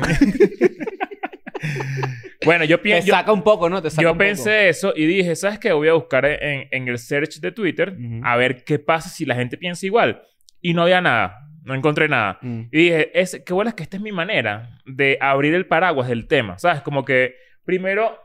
Speaker 3: bueno, yo,
Speaker 4: Te
Speaker 3: pienso yo,
Speaker 4: saca un poco, ¿no? Te saca
Speaker 3: yo
Speaker 4: un poco.
Speaker 3: pensé eso y dije, ¿sabes qué? Voy a buscar en, en el search de Twitter
Speaker 4: Ujú.
Speaker 3: a ver qué pasa si la gente piensa igual. Y no había nada, no encontré nada.
Speaker 4: Mm.
Speaker 3: Y dije, es, qué bueno es que esta es mi manera de abrir el paraguas del tema, ¿sabes? Como que primero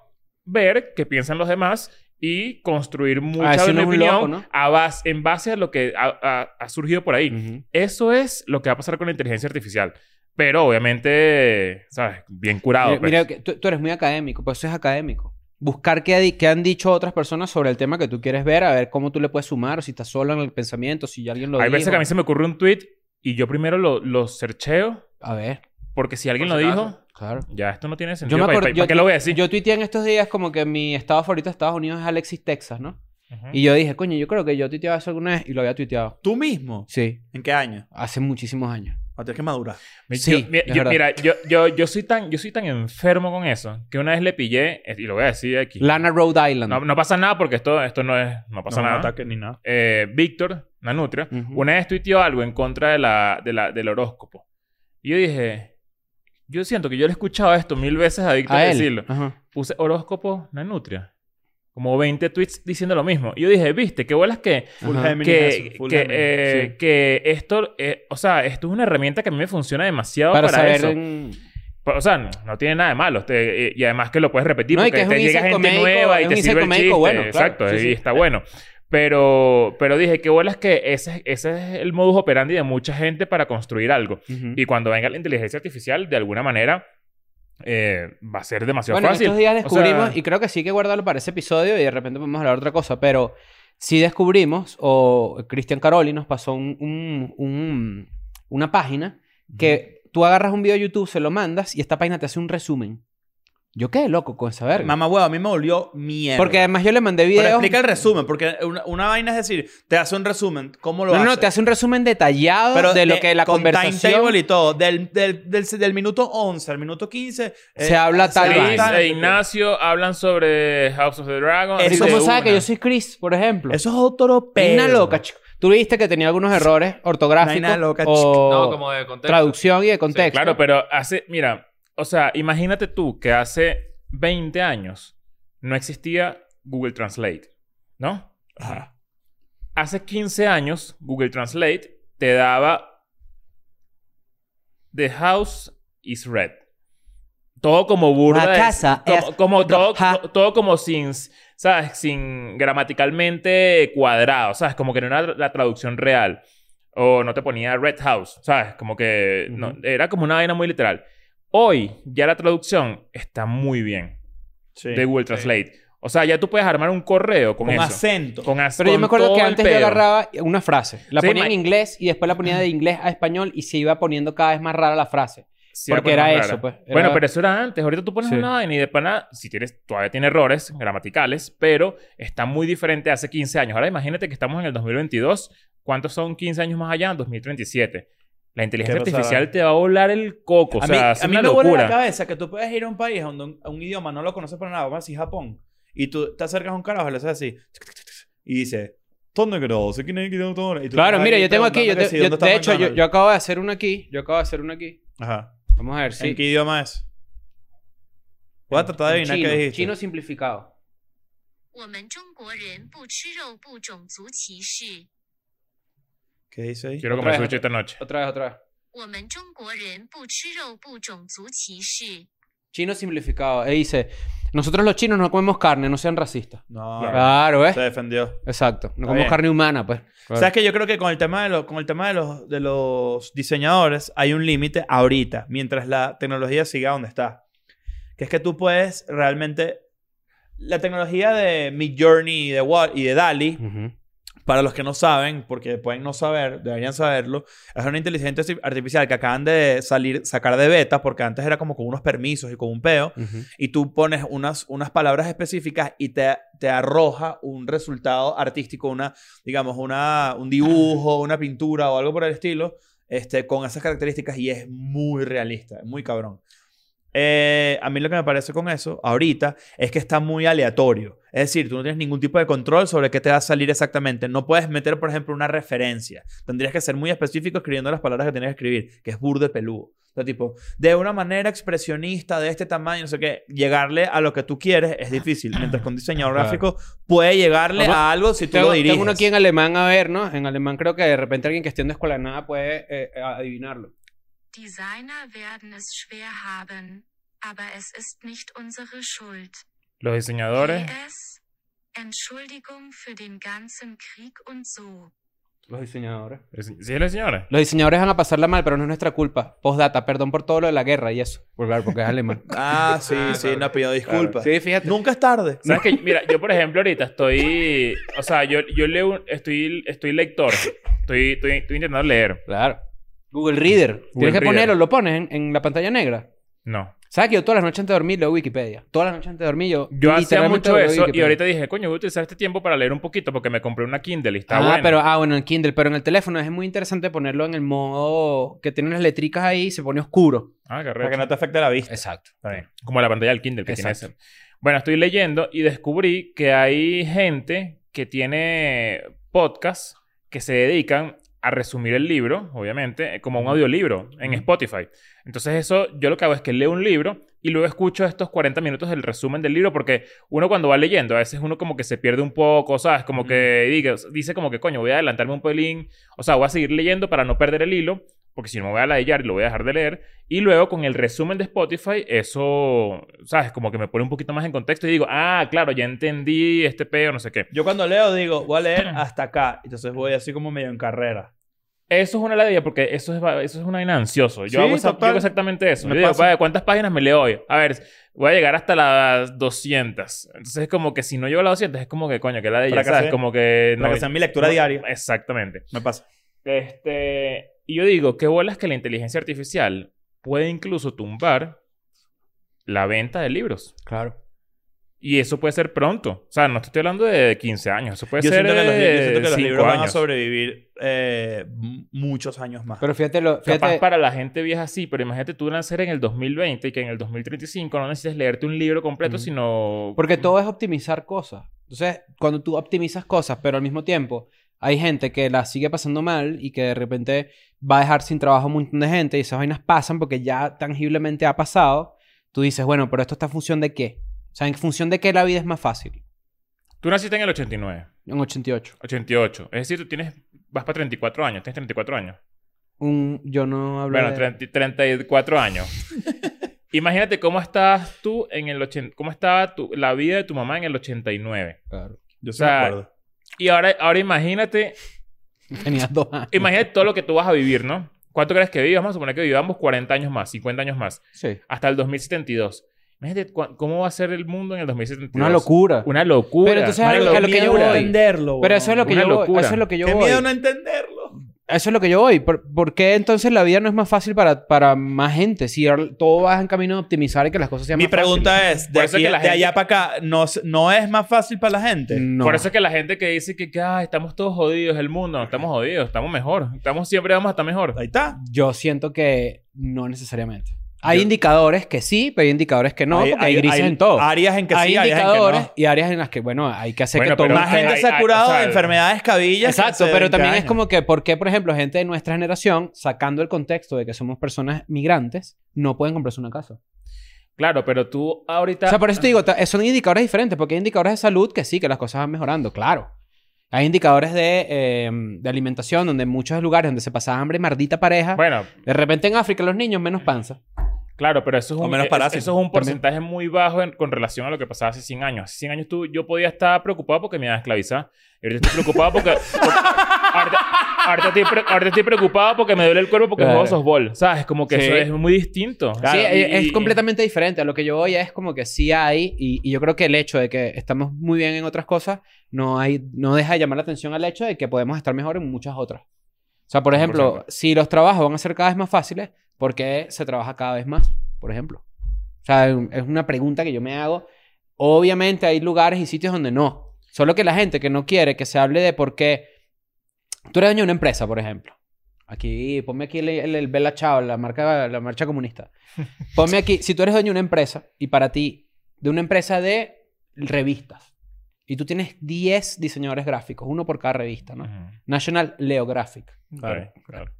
Speaker 3: ver qué piensan los demás y construir mucha
Speaker 4: si
Speaker 3: de
Speaker 4: uno
Speaker 3: mi
Speaker 4: es Ah,
Speaker 3: opinión
Speaker 4: un loco, ¿no?
Speaker 3: a bas- en base a lo que ha, ha- ha surgido por ahí.
Speaker 4: Ujú.
Speaker 3: Eso es lo que va a pasar con la inteligencia artificial. Pero obviamente, ¿sabes? Bien curado.
Speaker 4: Mira,
Speaker 3: pues.
Speaker 4: mira que tú, tú eres muy académico, pues eso es académico. Buscar qué, ha di- qué han dicho otras personas sobre el tema que tú quieres ver, a ver cómo tú le puedes sumar, o si estás solo en el pensamiento, si ya alguien lo
Speaker 3: Hay
Speaker 4: dijo.
Speaker 3: veces que a mí se me ocurre un tweet y yo primero lo, lo searcheo
Speaker 4: A ver,
Speaker 3: porque si alguien
Speaker 5: Por si
Speaker 3: lo
Speaker 5: acaso.
Speaker 3: dijo,
Speaker 4: claro.
Speaker 3: ya esto no tiene
Speaker 4: Yo
Speaker 3: sentido.
Speaker 4: me
Speaker 3: ¿Para,
Speaker 4: acuerdo,
Speaker 3: para-
Speaker 4: yo,
Speaker 3: para qué lo voy a decir?
Speaker 4: yo tuiteé en estos días como que mi estado favorito de Estados Unidos es Alexis, Texas, ¿no?
Speaker 3: Ujú.
Speaker 4: Y yo dije, coño, yo creo que yo tuiteaba eso alguna vez y lo había tuiteado.
Speaker 2: ¿Tú mismo?
Speaker 4: Sí,
Speaker 2: ¿En qué año?
Speaker 4: hace muchísimos años.
Speaker 2: O tienes que madurar.
Speaker 3: Mi-
Speaker 4: Sí,
Speaker 3: yo- mi-
Speaker 4: es
Speaker 3: yo-
Speaker 4: verdad.
Speaker 3: mira, yo, yo, yo, soy tan, yo soy tan enfermo con eso que una vez le pillé, eh, y lo voy a decir aquí.
Speaker 4: Lana Rhode Island.
Speaker 3: No, no pasa nada porque esto, esto no es. No pasa
Speaker 2: No, no
Speaker 3: nada.
Speaker 2: ataque ni nada.
Speaker 3: eh, Víctor, Nanutria,
Speaker 4: Ujú.
Speaker 3: una vez tuiteó algo en contra de la, de la- del horóscopo. Y yo dije, yo siento que yo le he escuchado esto mil veces a Víctor
Speaker 4: a él.
Speaker 3: decirlo.
Speaker 4: Ajá.
Speaker 3: Puse horóscopo Nanutria. Como 20 tweets diciendo lo mismo. Y yo dije, viste, qué bolas que,
Speaker 2: Full
Speaker 4: Ajá.
Speaker 2: Gemini
Speaker 3: que,
Speaker 2: es eso, full
Speaker 3: que,
Speaker 2: Gemini,
Speaker 3: eh,
Speaker 2: sí.
Speaker 3: que esto, eh, o sea, esto es una herramienta que a mí me funciona demasiado para,
Speaker 4: Para, saber...
Speaker 3: eso.
Speaker 4: en-
Speaker 3: Pa- Pues, O sea, no, no tiene nada de malo. Te- eh, y además que lo puedes repetir
Speaker 4: No, y
Speaker 3: porque
Speaker 4: que es un
Speaker 3: te llega
Speaker 4: insight
Speaker 3: gente
Speaker 4: comédico,
Speaker 3: nueva y
Speaker 4: es
Speaker 3: te
Speaker 4: un
Speaker 3: sirve
Speaker 4: insight
Speaker 3: el
Speaker 4: comédico
Speaker 3: chiste.
Speaker 4: bueno, claro.
Speaker 3: Exacto,
Speaker 4: Sí,
Speaker 3: y
Speaker 4: sí.
Speaker 3: está bueno. Pero, pero dije, qué bolas que ese, ese es el modus operandi de mucha gente para construir algo. Y cuando venga la inteligencia artificial, de alguna manera, eh, va a ser demasiado
Speaker 4: Bueno, en
Speaker 3: fácil.
Speaker 4: estos días descubrimos,
Speaker 3: O sea,
Speaker 4: y creo que sí hay que guardarlo para ese episodio y de repente podemos hablar de otra cosa, pero sí descubrimos, o Cristian Caroli nos pasó un- un- un- una página que tú agarras un video de YouTube, se lo mandas y esta página te hace un resumen. Yo qué loco con esa verga.
Speaker 2: Mamá huevo, a mí me volvió mierda.
Speaker 4: Porque además yo le mandé
Speaker 2: Pero
Speaker 4: videos.
Speaker 2: explica el resumen, porque una, una vaina es decir, te hace un resumen, ¿cómo lo
Speaker 4: No, no, no,
Speaker 2: hace?
Speaker 4: te hace un resumen detallado de lo
Speaker 2: eh,
Speaker 4: que la
Speaker 2: con
Speaker 4: conversación
Speaker 2: timetable y todo, del, del, del, del minuto 11 al minuto eh, 15.
Speaker 4: Se habla tal
Speaker 2: habla
Speaker 4: vaina.
Speaker 3: Chris
Speaker 2: tal-
Speaker 3: e Ignacio hablan sobre House of the Dragon.
Speaker 2: Eso-
Speaker 4: ¿Y
Speaker 3: así
Speaker 4: cómo
Speaker 3: de
Speaker 4: sabe que
Speaker 3: una.
Speaker 4: yo soy Chris, por ejemplo?
Speaker 2: Eso es otro
Speaker 4: Es
Speaker 2: pedo.
Speaker 4: Una loca, chico. Tú viste que tenía algunos errores ortográficos
Speaker 2: Vaina loca,
Speaker 4: o
Speaker 5: No, como de contexto.
Speaker 4: traducción y de contexto.
Speaker 3: Claro, pero hace, mira, o sea, imagínate tú que hace 20 años no existía Google Translate, ¿no?
Speaker 2: Ajá.
Speaker 3: Hace 15 años Google Translate te daba The house is red. Todo como burda.
Speaker 4: La
Speaker 3: de-
Speaker 4: casa
Speaker 3: como,
Speaker 4: es
Speaker 3: como todo,
Speaker 4: roja.
Speaker 3: to- todo como sin, ¿sabes? Sin gramaticalmente cuadrado, ¿sabes? Como que no era la traducción real. O no te ponía red house, ¿sabes? Como que no-
Speaker 2: Ujú.
Speaker 3: era como una vaina muy literal. Hoy ya la traducción está muy bien
Speaker 2: Sí.
Speaker 3: de Google Translate. O sea, ya tú puedes armar un correo con,
Speaker 2: Con
Speaker 3: eso.
Speaker 2: acento.
Speaker 3: Con ac-
Speaker 4: Pero yo
Speaker 3: con
Speaker 4: me acuerdo
Speaker 3: todo
Speaker 4: que
Speaker 3: el
Speaker 4: antes yo
Speaker 3: pedo.
Speaker 4: agarraba una frase, la
Speaker 3: Sí,
Speaker 4: ponía en
Speaker 3: ma-
Speaker 4: inglés y después la ponía de inglés a español y se iba poniendo cada vez más rara la frase.
Speaker 3: Sí, era
Speaker 4: Porque
Speaker 3: buena,
Speaker 4: era
Speaker 3: rara.
Speaker 4: eso, pues. Era-
Speaker 3: Bueno, pero eso era antes. Ahorita tú pones
Speaker 4: Sí.
Speaker 3: una vaina y de pana, si tienes, todavía tiene errores gramaticales, pero está muy diferente a hace 15 años. Ahora imagínate que estamos en el 2022. ¿Cuántos son 15 años más allá? En 2037. La inteligencia
Speaker 2: ¿Qué pasará?
Speaker 3: artificial te va a volar el coco. O
Speaker 2: a mí,
Speaker 3: sea, es
Speaker 2: a mí
Speaker 3: una
Speaker 2: me vuelve la
Speaker 3: locura.
Speaker 2: cabeza que tú puedes ir a un país donde un, a un idioma no lo conoces para nada, vamos a decir Japón, y tú te acercas a un carajo, le haces así, tic, tic, tic, tic, y dice, ¿dónde quedó? ¿Se quiere ir a otro?" Y tú
Speaker 4: Claro,
Speaker 2: estás
Speaker 4: mira,
Speaker 2: ahí
Speaker 4: yo tengo aquí, yo,
Speaker 2: preguntando que
Speaker 4: te-
Speaker 2: sí,
Speaker 4: yo-
Speaker 2: ¿dónde está
Speaker 4: de hecho, yo,
Speaker 2: McDonald's?
Speaker 4: yo acabo de hacer una aquí, yo acabo de hacer una aquí.
Speaker 2: Ajá.
Speaker 4: Vamos a ver si...
Speaker 2: ¿En qué idioma es? Voy a tratar de
Speaker 4: en
Speaker 2: adivinar
Speaker 4: chino,
Speaker 2: qué dijiste.
Speaker 4: Chino simplificado.
Speaker 1: 我们中国人不吃肉不种族歧视。
Speaker 2: ¿Qué dice ahí?
Speaker 3: Quiero
Speaker 4: Otra
Speaker 3: comer
Speaker 4: vez,
Speaker 3: sushi esta noche.
Speaker 4: Otra vez, otra vez.
Speaker 1: 我们中国人不吃肉不种族歧视。
Speaker 4: Chino simplificado. E dice, nosotros los chinos no comemos carne, no sean racistas.
Speaker 2: No,
Speaker 4: Claro, ¿ves?
Speaker 2: se defendió.
Speaker 4: Exacto. No
Speaker 2: Está
Speaker 4: comemos
Speaker 2: bien.
Speaker 4: carne humana, pues.
Speaker 2: ¿Sabes que Yo creo que con el tema de, los con el tema de, los, de los diseñadores hay un límite ahorita, mientras la tecnología siga donde está. Que es que tú puedes realmente... La tecnología de Midjourney y de, Wa- y de DALI,
Speaker 4: Ujú.
Speaker 2: para los que no saben, porque pueden no saber, deberían saberlo, es una inteligencia arti- artificial que acaban de salir, sacar de beta, porque antes era como con unos permisos y con un peo.
Speaker 4: Ujú.
Speaker 2: y tú pones unas, unas palabras específicas y te, te arroja un resultado artístico, una, digamos, una, un dibujo, una pintura o algo por el estilo, este, con esas características y es muy realista, es muy cabrón. Eh, a mí lo que me parece con eso ahorita es que está muy aleatorio. Es decir, tú no tienes ningún tipo de control sobre qué te va a salir exactamente. No puedes meter, por ejemplo, una referencia. Tendrías que ser muy específico escribiendo las palabras que tienes que escribir, que es burde peludo. O sea, tipo, de una manera expresionista, de este tamaño, no sé qué, llegarle a lo que tú quieres es difícil. Mientras que un diseñador
Speaker 4: Claro.
Speaker 2: gráfico puede llegarle
Speaker 4: Vamos-
Speaker 2: a algo si tú
Speaker 4: Tengo,
Speaker 2: lo diriges.
Speaker 4: tengo uno aquí en alemán, a ver, ¿no? En alemán creo que de repente alguien que esté en escuela de nada puede eh, adivinarlo.
Speaker 1: Designer werden es schwer haben, aber es ist nicht unsere Schuld.
Speaker 3: Los diseñadores,
Speaker 1: PS, Entschuldigung für den ganzen Krieg und so.
Speaker 4: Los diseñadores.
Speaker 3: ¿sí los diseñadores?
Speaker 4: Los diseñadores van a pasarla mal, pero no es nuestra culpa. Postdata, perdón por todo lo de la guerra y eso. Pues claro, porque es alemán.
Speaker 2: Ah, sí,
Speaker 5: Ah,
Speaker 2: sí,
Speaker 5: claro.
Speaker 2: no pido disculpas.
Speaker 4: Sí, fíjate.
Speaker 2: Nunca es tarde.
Speaker 3: ¿Sabes que Mira, yo por ejemplo ahorita estoy... O sea, yo, yo leo... un- Estoy, estoy lector. Estoy, estoy, estoy intentando leer.
Speaker 4: Claro. Google Reader. Tienes que
Speaker 3: Reader.
Speaker 4: ponerlo, lo pones en, en la pantalla negra.
Speaker 3: No.
Speaker 4: ¿Sabes que yo todas las noches antes de dormir leo Wikipedia? Todas las noches antes de dormir yo.
Speaker 3: Yo hacía
Speaker 4: literalmente
Speaker 3: mucho
Speaker 4: leo
Speaker 3: eso y
Speaker 4: Wikipedia.
Speaker 3: ahorita dije, coño, voy a utilizar este tiempo para leer un poquito porque me compré una Kindle y está
Speaker 4: ah,
Speaker 3: bueno.
Speaker 4: pero ah, bueno, en Kindle, pero en el teléfono es muy interesante ponerlo en el modo que tiene las letricas ahí y se pone oscuro.
Speaker 3: Ah,
Speaker 2: Para
Speaker 3: qué arrecho.
Speaker 2: que no te afecte la vista.
Speaker 4: Exacto.
Speaker 3: Está bien. Como la pantalla del Kindle que tiene
Speaker 4: Exacto.
Speaker 3: ese. Bueno, estoy leyendo y descubrí que hay gente que tiene podcasts que se dedican a resumir el libro, obviamente, como un audiolibro en Spotify. Entonces eso, yo lo que hago es que leo un libro y luego escucho estos 40 minutos del resumen del libro porque uno cuando va leyendo, a veces uno como que se pierde un poco, ¿sabes? Como que diga- dice como que, coño, voy a adelantarme un pelín, o sea, voy a seguir leyendo para no perder el hilo porque si no me voy a ladillar y lo voy a dejar de leer. Y luego con el resumen de Spotify, eso, ¿sabes? Como que me pone un poquito más en contexto y digo, ah, claro, ya entendí este peo, no sé qué.
Speaker 2: Yo cuando leo digo, voy a leer hasta acá. Entonces voy así como medio en carrera.
Speaker 3: Eso es una ladilla porque eso es, va- eso es una vaina ansioso. Yo,
Speaker 2: Sí,
Speaker 3: hago, esa- yo
Speaker 2: total.
Speaker 3: hago exactamente eso.
Speaker 2: Me
Speaker 3: Yo digo,
Speaker 2: pasa.
Speaker 3: "Vaya, ¿cuántas páginas me leo hoy? A ver, voy a llegar hasta las 200. Entonces es como que si no llego a las 200 es como que, coño, que ladilla,
Speaker 2: Fracasé.
Speaker 3: ¿sabes? Como que...
Speaker 2: Para que sea mi lectura diaria.
Speaker 3: eh, Exactamente.
Speaker 2: Me pasa.
Speaker 3: Este, y yo digo, qué bolas que la inteligencia artificial puede incluso tumbar la venta de libros.
Speaker 2: Claro.
Speaker 3: Y eso puede ser pronto. O sea, no te estoy hablando de 15 años. Eso puede
Speaker 2: Yo
Speaker 3: ser
Speaker 2: siento que los, li- yo siento
Speaker 3: de
Speaker 2: que los
Speaker 3: 5
Speaker 2: libros van a
Speaker 3: años.
Speaker 2: sobrevivir eh, m- muchos años más.
Speaker 4: Pero fíjate lo... Fíjate,
Speaker 3: Capaz para la gente vieja sí, pero imagínate tú nacer en el 2020 y que en el 2035 no necesites leerte un libro completo,
Speaker 4: Ujú.
Speaker 3: sino...
Speaker 4: Porque todo es optimizar cosas. Entonces, cuando tú optimizas cosas, pero al mismo tiempo hay gente que la sigue pasando mal y que de repente va a dejar sin trabajo a un montón de gente y esas vainas pasan porque ya tangiblemente ha pasado. Tú dices, bueno, pero esto está en función de qué? O sea, en función de qué la vida es más fácil.
Speaker 3: Tú naciste en el 89,
Speaker 4: En 88.
Speaker 3: 88. Es decir, tú tienes... Vas para 34 años. Tienes 34 años.
Speaker 4: Un, yo no hablo
Speaker 3: Bueno,
Speaker 4: de-
Speaker 3: 30 34 años. Imagínate cómo estabas tú en el 80, cómo estaba tu- la vida de tu mamá en el 89.
Speaker 4: Claro.
Speaker 2: Yo sí
Speaker 3: o sea,
Speaker 2: me acuerdo.
Speaker 3: Y ahora, ahora imagínate,
Speaker 4: Tenías dos años.
Speaker 3: imagínate todo lo que tú vas a vivir, ¿no? ¿Cuánto crees que vivas? Vamos a suponer que vivamos 40 años más, 50 años más,
Speaker 4: Sí.
Speaker 3: hasta el 2072. Imagínate cua- cómo va a ser el mundo en el 2072.
Speaker 4: Una locura.
Speaker 3: Una locura.
Speaker 4: Pero entonces,
Speaker 3: Una
Speaker 4: algo- a lo que yo
Speaker 2: Miedo
Speaker 3: locura.
Speaker 2: no
Speaker 4: voy.
Speaker 2: entenderlo.
Speaker 4: Pero eso es lo que
Speaker 3: Una
Speaker 4: yo voy.
Speaker 3: locura.
Speaker 4: Eso es lo que yo
Speaker 2: Qué
Speaker 4: voy.
Speaker 2: miedo no entenderlo.
Speaker 4: Eso es lo que yo voy. ¿Por, por qué entonces la vida no es más fácil para, para más gente? Si ahora todo va en camino de optimizar y que las cosas sean
Speaker 2: Mi
Speaker 4: más fáciles.
Speaker 2: pregunta es, de,
Speaker 3: Por eso
Speaker 2: aquí-
Speaker 3: es que la
Speaker 2: de allá
Speaker 3: gente-
Speaker 2: para acá, ¿no, s- ¿no es más fácil para la gente?
Speaker 4: No.
Speaker 3: Por eso es que la gente que dice que, que, "Ah, estamos todos jodidos, el mundo, no estamos jodidos, estamos mejor, estamos siempre vamos a estar mejor.
Speaker 2: Ahí está.
Speaker 4: Yo siento que no necesariamente. Hay
Speaker 2: Yo-
Speaker 4: indicadores que sí, pero hay indicadores que no,
Speaker 2: hay,
Speaker 4: porque hay, grises en todo. Hay,
Speaker 2: Áreas en que sí, áreas en que
Speaker 4: indicadores
Speaker 2: no.
Speaker 4: y áreas en las que, bueno, hay que hacer
Speaker 3: Bueno,
Speaker 4: que todo...
Speaker 3: pero
Speaker 2: Más gente
Speaker 3: hay-
Speaker 2: se ha
Speaker 3: hay-
Speaker 2: curado
Speaker 3: o sea,
Speaker 2: de enfermedades cabillas. que
Speaker 4: Exacto,
Speaker 2: hace
Speaker 4: pero
Speaker 2: 20
Speaker 4: también es
Speaker 2: años.
Speaker 4: como que, ¿por qué, por ejemplo, gente de nuestra generación, sacando el contexto de que somos personas migrantes, no pueden comprarse una casa?
Speaker 3: Claro, pero tú ahorita...
Speaker 4: O sea, por eso te digo, ta- son indicadores diferentes, porque hay indicadores de salud que sí, que las cosas van mejorando, claro. Hay indicadores de, eh, de alimentación, donde en muchos lugares donde se pasaba hambre, mardita pareja.
Speaker 3: Bueno,
Speaker 4: de repente en África los niños menos panza.
Speaker 3: Claro, pero eso es
Speaker 2: O
Speaker 3: un, eh,
Speaker 2: menos
Speaker 3: es-
Speaker 2: parásitos,
Speaker 3: eso es un
Speaker 4: también.
Speaker 3: porcentaje muy bajo en- con relación a lo que pasaba hace 100 años. Hace 100 años tú, yo podía estar preocupado porque me iban a esclavizar. Y ahorita estoy preocupado porque... porque- ahorita, ahorita estoy pre- ahorita estoy preocupado porque me duele el cuerpo porque
Speaker 4: Claro.
Speaker 3: juego softball. ¿Sabes? Como que
Speaker 4: Sí.
Speaker 3: eso es muy distinto.
Speaker 4: sí, eh,
Speaker 3: Y-
Speaker 4: es,
Speaker 3: y-
Speaker 4: es completamente diferente. A lo que yo voy es como que sí hay, y, y yo creo que el hecho de que estamos muy bien en otras cosas no, hay, no deja de llamar la atención al hecho de que podemos estar mejor en muchas otras. O sea, por ejemplo,
Speaker 3: 100%.
Speaker 4: si los trabajos van a ser cada vez más fáciles, ¿por qué se trabaja cada vez más? Por ejemplo. O sea, es un- es una pregunta que yo me hago. Obviamente hay lugares y sitios donde no. Solo que la gente que no quiere que se hable de por qué. Tú eres dueño de una empresa, por ejemplo. Aquí, ponme aquí el, el, el Bella Chao, la marca, la marcha comunista. Ponme aquí, si tú eres dueño de una empresa y para ti, de una empresa de revistas, y tú tienes 10 diseñadores gráficos, uno por cada revista, ¿no?
Speaker 3: Ujú.
Speaker 4: National Leo Graphic.
Speaker 2: Claro.
Speaker 3: Ok, claro.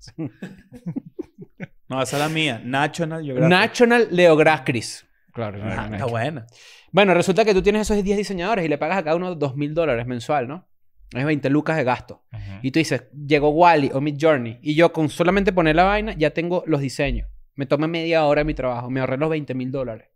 Speaker 2: No, esa es la mía. National Geographic.
Speaker 4: National Leo Graphic. Claro.
Speaker 2: Ah, está buena.
Speaker 4: Bueno, resulta que tú tienes esos 10 diseñadores y le pagas a cada uno 2 mil dólares mensual, ¿no? Es 20 lucas de gasto.
Speaker 3: Ujú.
Speaker 4: Y tú dices, llegó Wally o Mid Journey. Y yo con solamente poner la vaina ya tengo los diseños. Me toma media hora mi trabajo. Me ahorré los 20 mil dólares.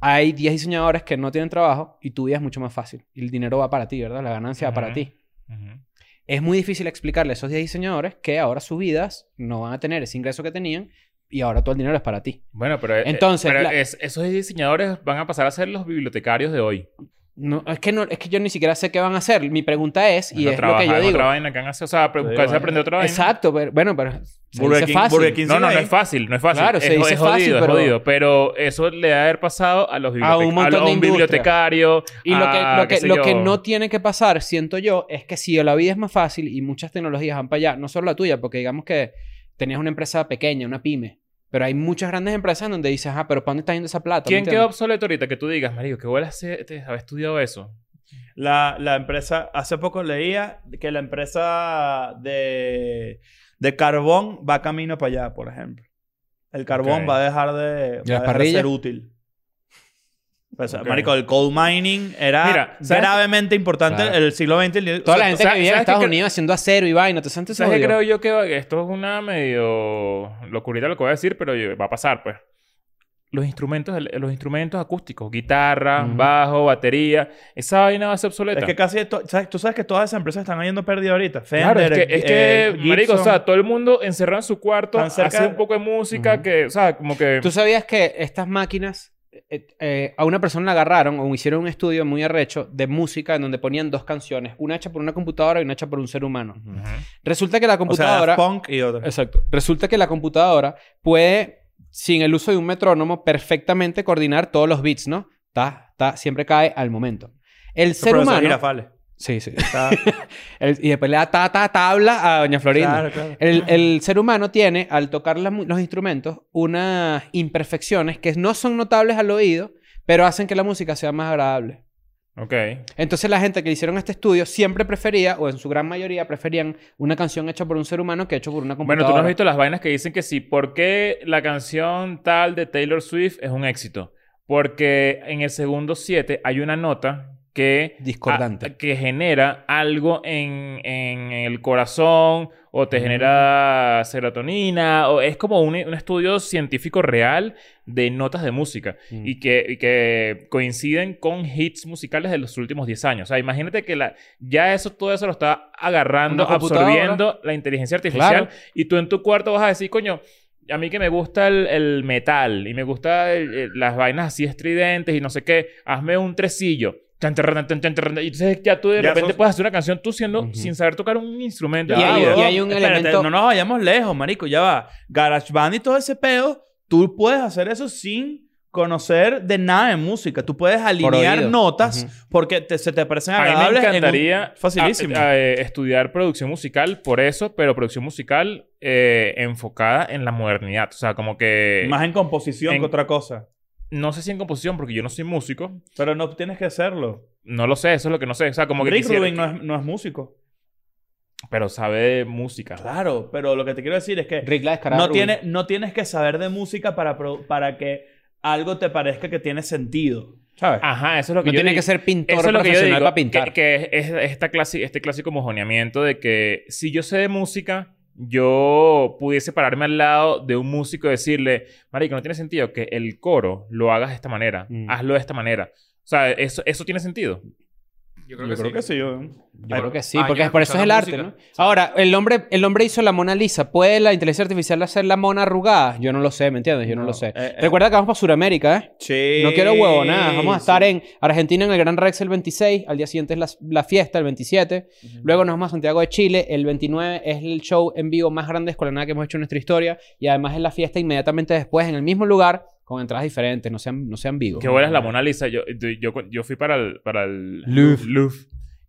Speaker 4: Hay 10 diseñadores que no tienen trabajo y tu vida es mucho más fácil. Y el dinero va para ti, ¿verdad? La ganancia va para
Speaker 3: Ujú.
Speaker 4: ti.
Speaker 3: Ujú.
Speaker 4: Es muy difícil explicarle a esos 10 diseñadores que ahora sus vidas no van a tener ese ingreso que tenían y ahora todo el dinero es para ti.
Speaker 3: Bueno, pero, eh,
Speaker 4: Entonces,
Speaker 3: pero
Speaker 4: la-
Speaker 3: es- esos diseñadores van a pasar a ser los bibliotecarios de hoy.
Speaker 4: No, es que no, es que yo ni siquiera sé qué van a hacer. Mi pregunta es,
Speaker 3: Van a
Speaker 4: y es lo
Speaker 3: trabajar
Speaker 4: que yo
Speaker 3: en
Speaker 4: digo.
Speaker 3: Otra vaina que van a hacer. O sea, pre-
Speaker 2: Sí,
Speaker 3: buscarse
Speaker 2: vale.
Speaker 3: aprender otra vaina.
Speaker 4: Exacto, pero, bueno, pero se
Speaker 2: Burger
Speaker 4: dice
Speaker 2: King-
Speaker 4: fácil.
Speaker 2: Burger King
Speaker 3: No, no, no
Speaker 2: sigue
Speaker 3: es fácil, no es fácil.
Speaker 4: Claro, se
Speaker 3: es,
Speaker 4: dice
Speaker 3: es jodido,
Speaker 4: fácil,
Speaker 3: es
Speaker 4: pero-
Speaker 3: jodido. Pero eso le ha de haber pasado a los
Speaker 4: A un
Speaker 3: bibliotecarios.
Speaker 4: montón de
Speaker 3: un
Speaker 4: industrias.
Speaker 3: bibliotecario.
Speaker 4: Y lo que,
Speaker 3: a
Speaker 4: lo,
Speaker 3: Ah, qué
Speaker 4: que,
Speaker 3: sé
Speaker 4: lo
Speaker 3: yo.
Speaker 4: que no tiene que pasar, siento yo, es que si la vida es más fácil y muchas tecnologías van para allá, no solo la tuya, porque digamos que tenías una empresa pequeña, una pyme, pero hay muchas grandes empresas donde dices, ah, pero ¿para dónde está yendo esa plata? ¿Me
Speaker 3: ¿Quién
Speaker 4: entiendes?
Speaker 3: quedó obsoleto ahorita que tú digas, marico, qué bola se- te haber estudiado eso?
Speaker 2: La, la empresa, hace poco leía que la empresa de, de carbón va camino para allá, por ejemplo. El carbón
Speaker 3: Ok.
Speaker 2: va a dejar de,
Speaker 4: las
Speaker 2: va a dejar de
Speaker 4: parrillas?
Speaker 2: ser útil. O sea,
Speaker 3: Ok.
Speaker 2: Marico, el coal mining era
Speaker 3: Mira, ¿sabes?
Speaker 2: gravemente importante
Speaker 4: Claro.
Speaker 2: en el siglo XX. el- o
Speaker 4: Toda
Speaker 2: sea,
Speaker 4: la gente
Speaker 3: ¿sabes-
Speaker 4: que vivía en
Speaker 3: sabes
Speaker 4: Estados
Speaker 3: qué cre-
Speaker 4: Unidos haciendo acero y vaina, entonces antes se
Speaker 3: ¿Sabes qué
Speaker 4: jodió.
Speaker 3: creo yo que va- esto es una medio locurita lo que voy a decir, pero yo- va a pasar, pues. Los instrumentos, el- los instrumentos acústicos, guitarra,
Speaker 4: Ujú.
Speaker 3: bajo, batería, esa vaina va a ser obsoleta.
Speaker 2: Es que casi... to- ¿sabes? Tú sabes que todas esas empresas están yendo pérdida ahorita.
Speaker 3: Claro, es
Speaker 2: Fender,
Speaker 3: que, es que
Speaker 2: eh,
Speaker 3: marico, o
Speaker 2: Gibson.
Speaker 3: sea, todo el mundo encerrado en su cuarto,
Speaker 2: Tan cerca-
Speaker 3: hace un poco de música,
Speaker 4: Ujú.
Speaker 3: que, o sea, como que...
Speaker 4: ¿Tú sabías que estas máquinas eh, eh, a una persona la agarraron o hicieron un estudio muy arrecho de música en donde ponían dos canciones, una hecha por una computadora y una hecha por un ser humano?
Speaker 3: Ujú.
Speaker 4: Resulta que la
Speaker 2: O sea, Daft
Speaker 4: computadora,
Speaker 2: Punk y otras.
Speaker 4: exacto, resulta que la computadora puede sin el uso de un metrónomo perfectamente coordinar todos los beats, ¿no? Ta, ta, siempre cae al momento. El ser
Speaker 2: Profesor
Speaker 4: humano,
Speaker 2: Girafales.
Speaker 4: sí, sí.
Speaker 2: Está-
Speaker 4: El- y después le da ta, ta, tabla a Doña Florinda.
Speaker 2: claro, claro.
Speaker 4: El, el ser humano tiene, al tocar la mu- los instrumentos, unas imperfecciones que no son notables al oído, pero hacen que la música sea más agradable.
Speaker 3: Ok.
Speaker 4: Entonces la gente que hicieron este estudio siempre prefería, o en su gran mayoría preferían, una canción hecha por un ser humano que hecha por una
Speaker 3: Bueno,
Speaker 4: computadora.
Speaker 3: tú no has visto las vainas que dicen que sí. ¿Por qué la canción tal de Taylor Swift es un éxito? Porque en el segundo 7 hay una nota que...
Speaker 4: Discordante.
Speaker 3: a- que genera algo en, en el corazón o te genera serotonina. O es como un, un estudio científico real de notas de música
Speaker 4: Mm.
Speaker 3: Ah, y, que, y que coinciden con hits musicales de los últimos 10 años. O sea, imagínate que la, ya eso, todo eso lo está agarrando,
Speaker 4: Una computadora.
Speaker 3: absorbiendo la inteligencia artificial.
Speaker 4: Claro.
Speaker 3: Y tú en tu cuarto vas a decir, coño, a mí que me gusta el, el metal y me gusta el- el- las vainas así estridentes y no sé qué, hazme un tresillo. Tan, tan, tan, tan, tan, tan. Y entonces ya tú de
Speaker 2: Ya
Speaker 3: repente
Speaker 2: sos-
Speaker 3: puedes hacer una canción tú siendo,
Speaker 4: Ujú.
Speaker 3: sin saber tocar un instrumento. Ah,
Speaker 4: Y
Speaker 3: en tu
Speaker 4: hay-
Speaker 3: vida.
Speaker 4: y hay un
Speaker 2: Espérate,
Speaker 4: elemento-
Speaker 2: No nos vayamos lejos, marico. Ya va. GarageBand y todo ese pedo, tú puedes hacer eso sin conocer de nada de música. Tú puedes alinear
Speaker 4: oído.
Speaker 2: notas
Speaker 4: Ujú.
Speaker 2: porque te- se te parecen
Speaker 3: A mí
Speaker 2: agradables.
Speaker 3: me
Speaker 2: en un-
Speaker 3: encantaría
Speaker 2: Facilísimo.
Speaker 3: a- a- eh, estudiar producción musical por eso, pero producción musical eh, enfocada en la modernidad. O sea, como que...
Speaker 2: Más en composición
Speaker 3: eh, en-
Speaker 2: que otra cosa.
Speaker 3: No sé si en composición, porque yo no soy músico.
Speaker 2: Pero no tienes que hacerlo.
Speaker 3: No lo sé, eso es lo que no sé. O sea, como que...
Speaker 2: Rick
Speaker 3: quisiera-
Speaker 2: Rubin no es, no es músico.
Speaker 3: Pero sabe de música.
Speaker 2: Claro, pero lo que te quiero decir es que
Speaker 4: Rick la descarada
Speaker 2: no,
Speaker 4: Rubin.
Speaker 2: tiene, no tienes que saber de música para, pro- para que algo te parezca que tiene sentido. ¿Sabes?
Speaker 3: Ajá, eso es lo que
Speaker 4: No
Speaker 3: yo
Speaker 4: tiene
Speaker 3: digo.
Speaker 4: que ser pintor
Speaker 3: Eso es lo que yo
Speaker 4: profesional
Speaker 3: digo,
Speaker 4: para
Speaker 3: Que,
Speaker 4: pintar.
Speaker 3: que es, es esta clasi- este clásico mojoneamiento de que si yo sé de música, yo pudiese pararme al lado de un músico y decirle, marico, no tiene sentido que el coro lo hagas de esta manera,
Speaker 4: Mm.
Speaker 3: hazlo de esta manera. O sea, eso, eso tiene sentido.
Speaker 5: Yo
Speaker 2: Yo creo que sí. yo-
Speaker 4: Yo
Speaker 5: Ay,
Speaker 4: creo que sí,
Speaker 5: años
Speaker 4: porque por eso es el arte,
Speaker 5: escuchando
Speaker 4: ¿no?
Speaker 5: música.
Speaker 4: Ahora, el hombre, el hombre hizo la Mona Lisa. ¿Puede la inteligencia artificial hacer la mona arrugada? Yo no lo sé, ¿me entiendes? Yo no,
Speaker 2: No,
Speaker 4: lo sé.
Speaker 2: eh, eh.
Speaker 4: Recuerda que vamos para Sudamérica, ¿eh?
Speaker 2: Sí.
Speaker 4: No quiero huevonadas. Vamos a estar
Speaker 2: sí.
Speaker 4: en Argentina en el Gran Rex el 26. Al día siguiente es la, la fiesta, el 27. Luego nos vamos a Santiago de Chile. El 29 es el show en vivo más grande de Escuela que hemos hecho en nuestra historia. Y además es la fiesta inmediatamente después en el mismo lugar con entradas diferentes. No sean, no sean vivos.
Speaker 3: Que vuelas la Mona Lisa. Yo, yo, yo- yo fui para el, para el
Speaker 4: Louvre.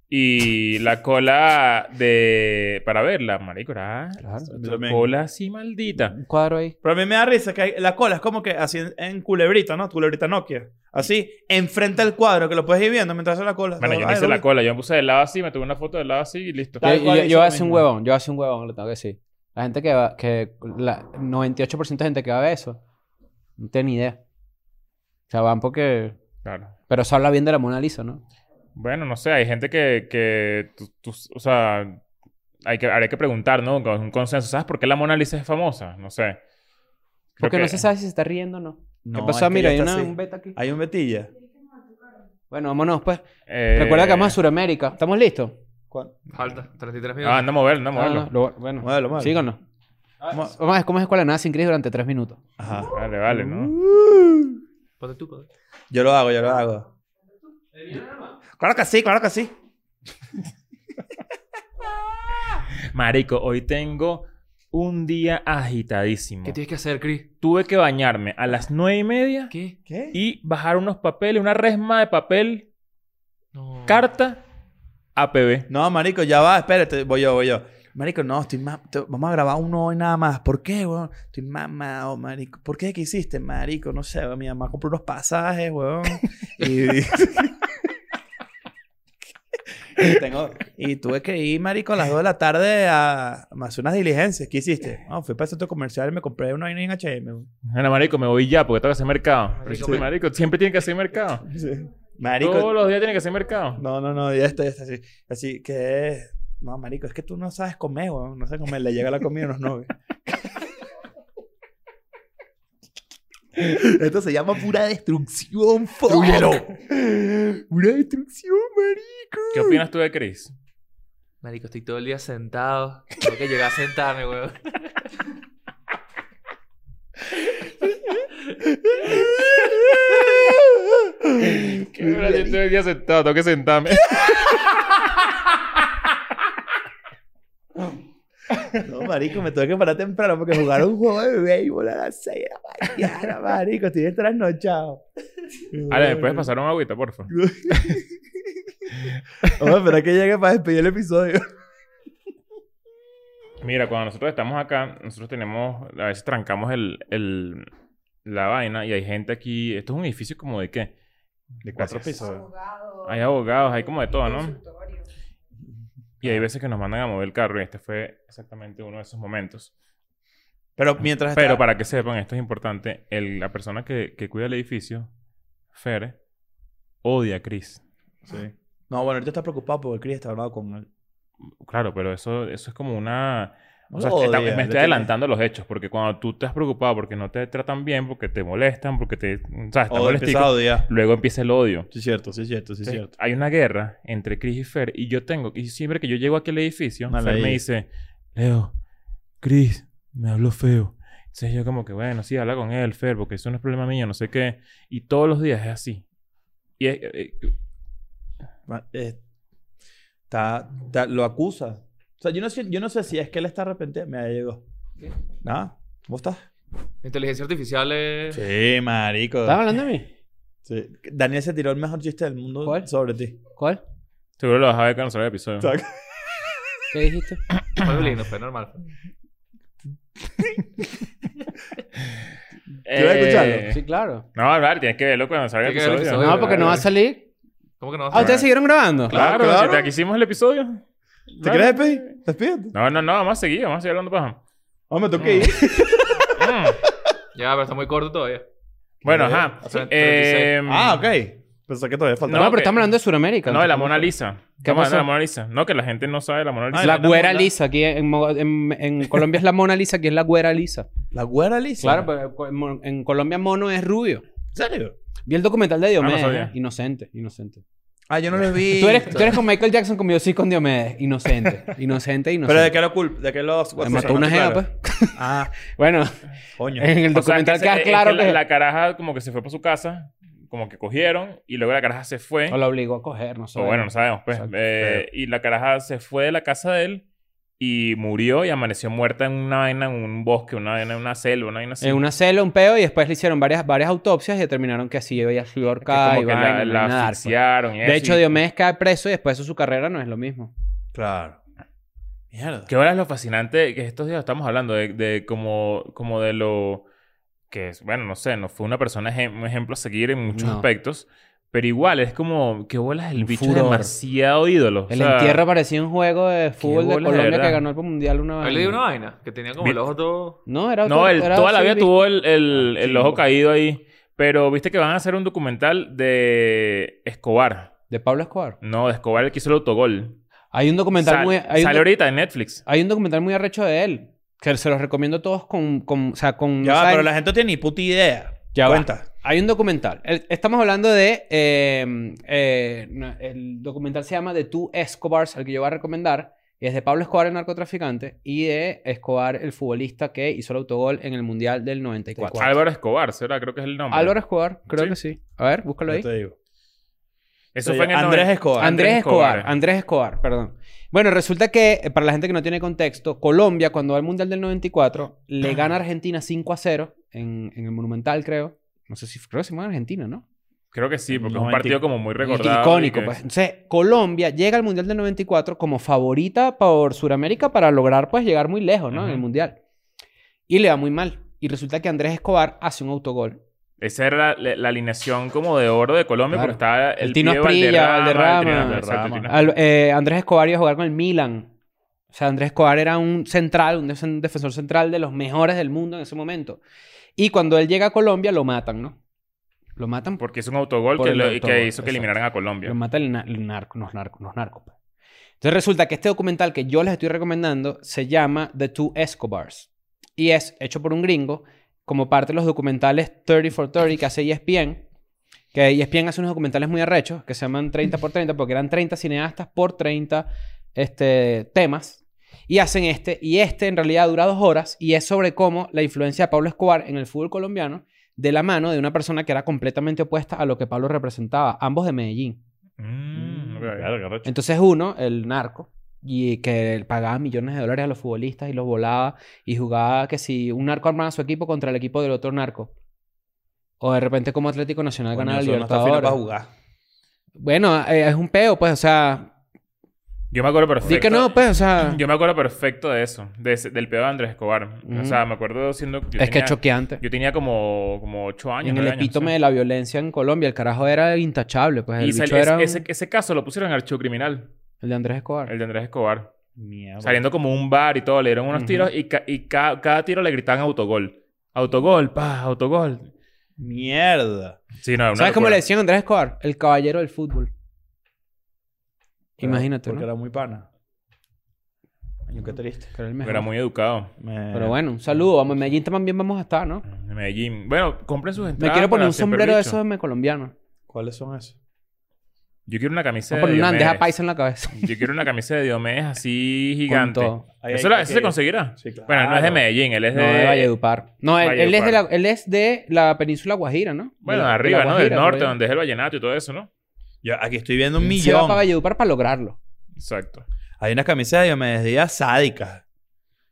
Speaker 3: Y la cola de... Para verla, marico, era...
Speaker 4: Claro.
Speaker 3: la
Speaker 2: También.
Speaker 3: cola así maldita.
Speaker 4: Un cuadro ahí.
Speaker 2: Pero a mí me da risa que hay- la cola es como que así en, en culebrita, ¿no? Culebrita Nokia. Así, enfrente al cuadro, que lo puedes ir viendo mientras hace la cola.
Speaker 3: Bueno, yo no
Speaker 2: Ay,
Speaker 3: hice la
Speaker 2: Rocky.
Speaker 3: cola. Yo me puse del lado así, me tomé una foto del lado así y listo.
Speaker 2: Tal
Speaker 4: yo,
Speaker 2: cual
Speaker 4: yo,
Speaker 2: hizo
Speaker 4: yo
Speaker 2: lo
Speaker 4: hace un
Speaker 2: mismo.
Speaker 4: huevón, yo hace un huevón, lo tengo que decir. La gente que va, que la 98% de gente que va a ver eso, no tiene ni idea. O sea, van porque...
Speaker 3: Claro.
Speaker 4: Pero se habla bien de la Mona Lisa, ¿no?
Speaker 3: Bueno, no sé. Hay gente que... que tú- tú- o sea... Hay que, habría que preguntar, ¿no? Con un consenso. ¿Sabes por qué la Mona Lisa es famosa? No sé. Creo
Speaker 4: Porque no
Speaker 3: que-
Speaker 4: se sabe si se está riendo o no.
Speaker 2: No,
Speaker 4: ¿Qué
Speaker 2: es
Speaker 4: pasó?
Speaker 2: que
Speaker 4: Mira,
Speaker 2: ya
Speaker 4: hay
Speaker 2: está
Speaker 4: una-
Speaker 2: así.
Speaker 4: un beta aquí.
Speaker 2: Hay un betilla.
Speaker 4: Bueno, vámonos pues.
Speaker 3: eh,
Speaker 4: Recuerda que vamos a Sudamérica. ¿Estamos listos?
Speaker 5: Falta, 33
Speaker 3: Ah,
Speaker 5: minutos.
Speaker 3: anda a moverlo, anda a
Speaker 4: Ah,
Speaker 3: moverlo.
Speaker 4: no, lo- bueno,
Speaker 2: Muévelo, muévelo.
Speaker 4: síganos. Ah,
Speaker 2: Mo-
Speaker 4: Vamos a ver cómo es Escuela de Nada sin Cris durante tres minutos.
Speaker 2: Ajá.
Speaker 3: Vale, vale,
Speaker 4: Uh.
Speaker 3: ¿no?
Speaker 5: Ponte tú, ponte.
Speaker 2: Yo lo hago, yo lo hago. Claro que sí, claro que sí.
Speaker 3: Marico, hoy tengo un día agitadísimo.
Speaker 5: ¿Qué tienes que hacer, Chris?
Speaker 3: Tuve que bañarme a las nueve y media
Speaker 5: ¿Qué?
Speaker 2: ¿Qué?
Speaker 3: y bajar unos papeles, una resma de papel,
Speaker 5: No.
Speaker 3: carta, APB.
Speaker 2: No, marico, ya va, espérate, voy yo, voy yo. Marico, no, estoy ma- te- vamos a grabar uno hoy nada más. ¿Por qué, weón? Estoy mamado, marico. ¿Por qué? ¿Qué hiciste, marico? No sé, mi mamá compró unos pasajes, weón. Y... y tengo... Y tuve que ir, marico, a las 2 de la tarde a... a hacer unas diligencias. ¿Qué hiciste? No, fui para el centro comercial y me compré una vaina en H&M.
Speaker 3: Bueno, marico, me voy ya porque tengo que hacer mercado. Pero
Speaker 5: Marico,
Speaker 3: sí,
Speaker 5: pero-
Speaker 3: marico, siempre tiene que hacer mercado.
Speaker 2: Sí. Marico...
Speaker 3: Todos los días tiene que hacer mercado.
Speaker 2: No, no, no, ya está, ya está así. Así que, no, marico, es que tú no sabes comer, weón. No sabes comer, le llega la comida a unos novios. Esto se llama pura destrucción, fuck. Pura destrucción, marico.
Speaker 3: ¿Qué opinas tú de Chris?
Speaker 5: Marico, estoy todo el día sentado. Tengo que llegar a sentarme, weón.
Speaker 3: Que ahora yo todo el día sentado, tengo que sentarme.
Speaker 2: No, marico, me tuve que parar temprano porque jugaron un juego de béisbol a las 6 de la mañana, marico. Estoy bien trasnochado.
Speaker 3: Ale, ¿me puedes pasar un agüita, porfa?
Speaker 2: Vamos a esperar que llegue para despedir el episodio.
Speaker 3: Mira, cuando nosotros estamos acá, nosotros tenemos, a veces trancamos el, el- la vaina y hay gente aquí. Esto es un edificio como de qué? De cuatro pisos. Hay abogados, hay como de todo, ¿no? Y hay veces que nos mandan a mover el carro y este fue exactamente uno de esos momentos.
Speaker 2: Pero mientras
Speaker 3: Pero para que sepan, esto es importante, el- la persona que, que cuida el edificio, Fer, odia a Chris.
Speaker 2: No, bueno, ahorita está preocupado porque Chris está hablando con él.
Speaker 3: Claro, pero eso, eso es como una...
Speaker 2: No
Speaker 3: o sea,
Speaker 2: lo odia,
Speaker 3: está- me
Speaker 2: le
Speaker 3: estoy
Speaker 2: tiene-
Speaker 3: adelantando los hechos, porque cuando tú te has preocupado porque no te tratan bien, porque te molestan, porque te... O sea, está
Speaker 2: O
Speaker 3: molestico,
Speaker 2: empezado ya.
Speaker 3: luego empieza el odio.
Speaker 2: Sí, es cierto, sí, es cierto, sí, es
Speaker 3: Entonces,
Speaker 2: cierto.
Speaker 3: Hay una guerra entre Chris y Fer, y yo tengo... Y siempre que yo llego aquí al edificio,
Speaker 2: Mala
Speaker 3: Fer me
Speaker 2: ahí.
Speaker 3: dice, Leo, Chris, me habló feo. Entonces yo como que, bueno, sí, habla con él, Fer, porque eso no es problema mío, no sé qué. Y todos los días es así. Y es- eh, eh,
Speaker 2: Ma- eh, está, está- lo acusa. O sea, yo no, sé, yo no sé si es que él está arrepentido. Me llegó.
Speaker 5: ¿Qué?
Speaker 2: Nada. ¿Cómo estás?
Speaker 5: Inteligencia artificial es.
Speaker 2: Sí, marico.
Speaker 4: ¿Estás hablando de mí?
Speaker 2: Sí. Daniel se tiró el mejor chiste del mundo
Speaker 4: ¿Cuál?
Speaker 2: sobre ti.
Speaker 4: ¿Cuál?
Speaker 3: seguro lo vas a ver cuando salga el episodio.
Speaker 2: Exacto.
Speaker 4: ¿Qué dijiste?
Speaker 5: Fue lindo, fue normal.
Speaker 2: ¿Quieres escucharlo?
Speaker 3: Eh,
Speaker 4: Sí, claro.
Speaker 3: No, hablar, tienes que verlo cuando salga el
Speaker 5: Tienes que ver
Speaker 3: episodio.
Speaker 5: el episodio.
Speaker 4: No, porque no va a salir.
Speaker 5: ¿Cómo que no vas
Speaker 4: Ah,
Speaker 5: a
Speaker 4: ¿ustedes siguieron grabando?
Speaker 3: Claro,
Speaker 2: Claro,
Speaker 3: si
Speaker 2: claro.
Speaker 3: te- aquí hicimos el episodio.
Speaker 2: ¿Te
Speaker 3: Claro.
Speaker 2: quieres despedir? Despídete.
Speaker 3: No, no, no, vamos a seguir, vamos a seguir hablando paja.
Speaker 2: Oh, me toqué ir.
Speaker 3: Mm.
Speaker 5: Ya, pero está muy corto todavía.
Speaker 3: Bueno, ajá.
Speaker 5: O sea,
Speaker 3: Eh,
Speaker 5: 36.
Speaker 2: Ah, ok. Pensé que todavía
Speaker 4: No,
Speaker 2: faltaba.
Speaker 3: No,
Speaker 4: pero
Speaker 3: que-
Speaker 4: estamos hablando de Sudamérica.
Speaker 3: No, de la Mona Lisa.
Speaker 4: ¿Qué
Speaker 3: Estamos hablando de
Speaker 4: pasó?
Speaker 3: la Mona Lisa. No, que la gente no sabe de la Mona Lisa.
Speaker 2: Ay,
Speaker 4: Ah, La
Speaker 2: la
Speaker 4: güera
Speaker 2: Mona.
Speaker 4: lisa. Aquí en, Mo- en- en Colombia es la Mona Lisa, aquí es la güera lisa.
Speaker 2: La güera lisa.
Speaker 3: pues.
Speaker 4: Claro, pero en Mo- en Colombia mono es rubio.
Speaker 2: ¿En serio?
Speaker 4: Vi el documental de Diomedes.
Speaker 3: sabía.
Speaker 4: ¿eh? Inocente, inocente.
Speaker 2: Ah, yo no lo vi.
Speaker 4: Tú eres, tú eres con Michael Jackson, como yo soy con Diomedes. Inocente, inocente,
Speaker 2: Pero de
Speaker 4: inocente.
Speaker 2: qué lo culpa, de qué los.
Speaker 4: Me mató una jeva, pues.
Speaker 2: Ah,
Speaker 4: Bueno,
Speaker 2: coño.
Speaker 4: en el
Speaker 3: O sea,
Speaker 4: documental
Speaker 3: que
Speaker 4: queda
Speaker 3: se- es
Speaker 4: claro
Speaker 3: que la,
Speaker 4: que...
Speaker 3: la caraja como que se fue para su casa, como que cogieron y luego la caraja se fue.
Speaker 4: O la ¿eh? obligó a coger, no sé.
Speaker 3: O bueno, no sabemos, pues.
Speaker 4: Exacto.
Speaker 3: Eh, y la caraja se fue de la casa de él y murió y amaneció muerta en una vaina, en un bosque, una vaina, en una selva, una vaina así.
Speaker 4: En una celda, un peo, y después le hicieron varias, varias autopsias y determinaron que así ella sido
Speaker 3: Que como
Speaker 4: ahorcada y
Speaker 3: que la-
Speaker 4: vaina, no
Speaker 3: la,
Speaker 4: hay nada, pues.
Speaker 3: asfixiaron y eso,
Speaker 4: De hecho,
Speaker 3: y-
Speaker 4: Diomedes cae preso y después de su carrera no es lo mismo.
Speaker 2: Claro. Mierda.
Speaker 3: Que ahora es lo fascinante que estos días estamos hablando de, de como, como de lo que es, bueno, no sé, no fue una persona ejem- un ejemplo a seguir en muchos
Speaker 4: No.
Speaker 3: aspectos, pero igual es como que bolas el
Speaker 4: Un
Speaker 3: bicho
Speaker 4: furor.
Speaker 3: es demasiado ídolo. o
Speaker 4: El
Speaker 3: sea,
Speaker 4: entierro parecía un juego de fútbol de
Speaker 3: bolas, de
Speaker 4: Colombia
Speaker 3: verdad.
Speaker 4: que ganó el mundial una
Speaker 5: Ahí le di
Speaker 4: vez.
Speaker 5: una vaina, que tenía como el ojo todo.
Speaker 4: No, era
Speaker 3: No,
Speaker 4: otro-
Speaker 3: él
Speaker 4: era
Speaker 3: toda la
Speaker 4: otro
Speaker 3: vida
Speaker 4: bicho.
Speaker 3: tuvo el, el-
Speaker 2: Ah,
Speaker 3: el
Speaker 2: sí,
Speaker 3: ojo
Speaker 2: loco.
Speaker 3: caído ahí, pero viste que van a hacer un documental de Escobar,
Speaker 4: De Pablo Escobar.
Speaker 3: no, de Escobar el que hizo el autogol.
Speaker 4: Hay un documental
Speaker 3: Sal-
Speaker 4: muy... Hay un,
Speaker 3: sale ahorita en Netflix.
Speaker 4: hay un documental muy arrecho de él. Que se los recomiendo a todos con... con- o sea, con...
Speaker 2: Ya
Speaker 4: no
Speaker 2: va,
Speaker 4: saben-
Speaker 2: pero la gente no tiene ni puta idea.
Speaker 4: Ya va.
Speaker 2: Cuenta.
Speaker 4: Hay un documental. El- estamos hablando de... eh, eh, no, el documental se llama The Two Escobars, el que yo voy a recomendar. Y es de Pablo Escobar, el narcotraficante, y de Escobar, el futbolista que hizo el autogol en el Mundial del 94.
Speaker 3: Álvaro Escobar, será, creo que es el nombre.
Speaker 4: Álvaro Escobar, creo
Speaker 3: Sí.
Speaker 4: que sí. A ver, búscalo
Speaker 2: Yo
Speaker 4: ahí.
Speaker 2: te digo.
Speaker 3: Eso
Speaker 2: Oye,
Speaker 3: fue en el
Speaker 2: Andrés
Speaker 3: 90.
Speaker 2: Escobar.
Speaker 3: And-
Speaker 4: Andrés
Speaker 3: Andrés
Speaker 4: Escobar,
Speaker 3: Escobar.
Speaker 4: Andrés Escobar, perdón. Bueno, resulta que, eh, para la gente que no tiene contexto, Colombia, cuando va al Mundial del 94, le gana a Argentina 5 a 0 en, en el Monumental, creo. No sé si, creo que se llama Argentina, ¿no?
Speaker 3: Creo que sí, porque es un
Speaker 2: 90.
Speaker 3: partido como muy recordado. y
Speaker 4: Icónico,
Speaker 3: que-
Speaker 4: pues. Entonces, Colombia llega al Mundial del 94 como favorita por Sudamérica para lograr, pues, llegar muy lejos, ¿no? En el
Speaker 3: Ujú.
Speaker 4: Mundial. Y le va muy mal. Y resulta que Andrés Escobar hace un autogol
Speaker 3: Esa era la, la- la alineación como de oro de Colombia,
Speaker 4: Claro.
Speaker 3: porque estaba el,
Speaker 4: El Tino
Speaker 3: pibe
Speaker 4: Asprilla,
Speaker 3: Valderrama, el
Speaker 4: Valderrama.
Speaker 3: Tino- exacto, el Tino-
Speaker 4: Al- eh, Andrés Escobar iba a jugar con el Milan. O sea, Andrés Escobar era un central, un, def- un defensor central de los mejores del mundo en ese momento. Y cuando él llega a Colombia, lo matan, ¿no? Lo matan
Speaker 3: Ah, Porque es un autogol
Speaker 4: Por
Speaker 3: que,
Speaker 4: el
Speaker 3: lo-
Speaker 4: autogol,
Speaker 3: que hizo que
Speaker 4: exacto.
Speaker 3: eliminaran a Colombia.
Speaker 4: Lo mata el, na- el narco, los narcos, los narcos. pues. Entonces resulta que este documental que yo les estoy recomendando se llama The Two Escobars y es hecho por un gringo como parte de los documentales 30 for 30 que hace E ESPN. Que E ESPN hace unos documentales muy arrechos que se llaman 30 por 30 porque eran 30 cineastas por 30 este, temas. Y hacen este, y este en realidad dura dos horas y es sobre cómo la influencia de Pablo Escobar en el fútbol colombiano de la mano de una persona que era completamente opuesta a lo que Pablo representaba, ambos de Medellín.
Speaker 3: Mm, ok.
Speaker 6: Claro, qué arrecho.
Speaker 4: Entonces uno, el narco, y que pagaba millones de dólares a los futbolistas y los volaba y jugaba que si un narco armaba su equipo contra el equipo del otro narco. O de repente como Atlético Nacional ganaba el
Speaker 2: Coño, eso no está fino para
Speaker 4: Libertadores.
Speaker 2: jugar.
Speaker 4: bueno, eh, es un peo, pues, o sea,
Speaker 3: Yo me acuerdo perfecto.
Speaker 4: di que no, pues, o sea,
Speaker 3: Yo me acuerdo perfecto de eso, de ese- del peor de Andrés Escobar. O
Speaker 4: Ujú.
Speaker 3: sea, me acuerdo siendo. yo
Speaker 4: es que
Speaker 3: tenía-
Speaker 4: es choqueante.
Speaker 3: Yo tenía como, como 8 años.
Speaker 4: en el
Speaker 3: nueve años,
Speaker 4: epítome
Speaker 3: sí.
Speaker 4: de la violencia en Colombia, el carajo era intachable, pues, el
Speaker 3: Y sal-
Speaker 4: bicho
Speaker 3: es-
Speaker 4: era un-
Speaker 3: ese, ese caso lo pusieron en archivo criminal,
Speaker 4: el de Andrés Escobar.
Speaker 3: el de Andrés Escobar.
Speaker 6: Mierda.
Speaker 3: Saliendo como un bar y todo, le dieron unos
Speaker 4: Ah, Ujú.
Speaker 3: tiros y, ca- y ca- cada tiro le gritaban autogol. Autogol, pa, autogol.
Speaker 2: Mierda.
Speaker 3: Sí, no, una
Speaker 4: ¿Sabes cómo
Speaker 3: locura.
Speaker 4: le decían a Andrés Escobar? El caballero del fútbol. Imagínate,
Speaker 2: Porque
Speaker 4: ¿no?
Speaker 2: era muy pana. Coño, qué triste.
Speaker 4: Que era el mejor.
Speaker 3: Era muy educado.
Speaker 2: Me-
Speaker 4: Pero bueno, un
Speaker 3: Eh,
Speaker 4: saludo. Vamos, En Medellín también vamos a estar, ¿no?
Speaker 3: En Medellín. Bueno, compren sus
Speaker 4: Me
Speaker 3: entradas.
Speaker 4: quiero poner
Speaker 3: para
Speaker 4: un
Speaker 3: Ah, Siempre
Speaker 4: sombrero de
Speaker 3: Bicho.
Speaker 4: esos me colombianos.
Speaker 2: ¿Cuáles son esos?
Speaker 3: Yo quiero una camisa
Speaker 4: Voy a
Speaker 3: de
Speaker 4: poner una
Speaker 3: Diomedes.
Speaker 4: bandeja paisa en la cabeza.
Speaker 3: Yo quiero una camisa de Diomedes así
Speaker 4: Con
Speaker 3: gigante.
Speaker 4: todo.
Speaker 2: Ahí
Speaker 3: eso
Speaker 2: hay-
Speaker 3: la-
Speaker 2: hay
Speaker 3: eso
Speaker 2: que
Speaker 3: se
Speaker 2: ir.
Speaker 3: conseguirá.
Speaker 2: Sí, claro.
Speaker 3: Bueno, no es de Medellín, él es
Speaker 4: No,
Speaker 3: de.
Speaker 4: de Valledupar. No, él, él es de la,
Speaker 3: Eh, Valledupar.
Speaker 4: él es de la península Guajira, ¿no?
Speaker 3: Bueno,
Speaker 4: de, la- de
Speaker 3: arriba,
Speaker 4: la
Speaker 3: ¿no? Del
Speaker 4: Guajira, pues. por
Speaker 3: norte,
Speaker 4: ahí.
Speaker 3: donde es el vallenato y todo eso, ¿no?
Speaker 2: Yo aquí estoy viendo un
Speaker 4: Se va para
Speaker 2: millón.
Speaker 4: Valledupar para lograrlo.
Speaker 3: Exacto.
Speaker 2: Hay unas camisas de Diomedes Díaz sádicas.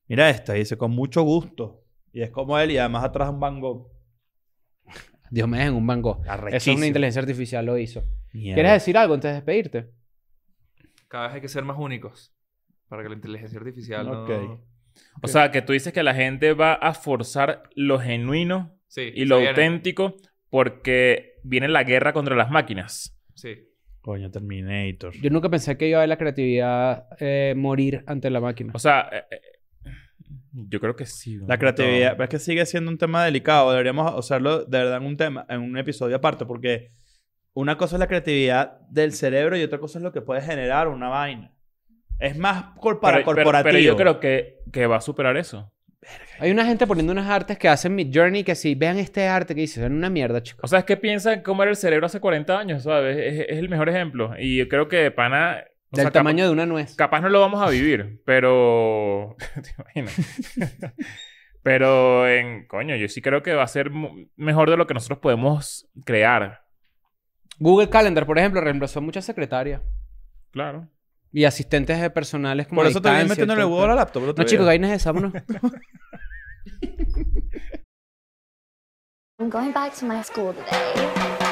Speaker 2: Mira esta, dice con mucho gusto. Y es como él, y además atrás un Van Gogh.
Speaker 4: Dios me deje en un banco. Eso
Speaker 2: Arrechísimo.
Speaker 4: una inteligencia artificial lo hizo.
Speaker 2: Mierda.
Speaker 4: ¿Quieres decir algo antes de despedirte?
Speaker 5: Cada vez hay que ser más únicos. Para que la inteligencia artificial
Speaker 2: Ok.
Speaker 5: no...
Speaker 3: O sea, que tú dices que la gente va a forzar lo genuino
Speaker 5: Sí.
Speaker 3: y lo
Speaker 5: se viene.
Speaker 3: auténtico porque viene la guerra contra las máquinas.
Speaker 5: Sí.
Speaker 2: Coño, Terminator.
Speaker 4: Yo nunca pensé que iba a ver la creatividad eh, morir ante la máquina.
Speaker 3: O sea, eh, eh, yo creo que sí. ¿no?
Speaker 2: La creatividad, pero es que sigue siendo un tema delicado. Deberíamos usarlo de verdad en un tema, en un episodio aparte, porque una cosa es la creatividad del cerebro y otra cosa es lo que puede generar una vaina. Es más cor- para
Speaker 3: Pero- pero-
Speaker 2: corporativo.
Speaker 3: Pero, yo creo que, que va a superar eso.
Speaker 4: Hay una gente poniendo unas artes que hacen Mid Journey que si vean este arte que dices, es una mierda, chicos.
Speaker 3: O sea, es que piensa cómo era el cerebro hace 40 años, ¿sabes? Es, es el mejor ejemplo. Y yo creo que de pana. o
Speaker 4: Del
Speaker 3: sea,
Speaker 4: tamaño de una nuez.
Speaker 3: Capaz no lo vamos a vivir, pero. ¿Te imaginas? pero, en, coño, yo sí creo que va a ser mu- mejor de lo que nosotros podemos crear.
Speaker 4: Google Calendar, por ejemplo, reemplazó a muchas secretarias
Speaker 3: Claro.
Speaker 4: y asistentes de personales como
Speaker 2: Por
Speaker 4: a
Speaker 2: eso te voy
Speaker 4: distancia y
Speaker 2: metiéndole
Speaker 4: todo el
Speaker 2: huevo a la
Speaker 4: pedo.
Speaker 2: laptop. el otro
Speaker 4: No, chicos,
Speaker 2: día.
Speaker 4: ahí nos desámonos.
Speaker 7: I'm going back to my school today.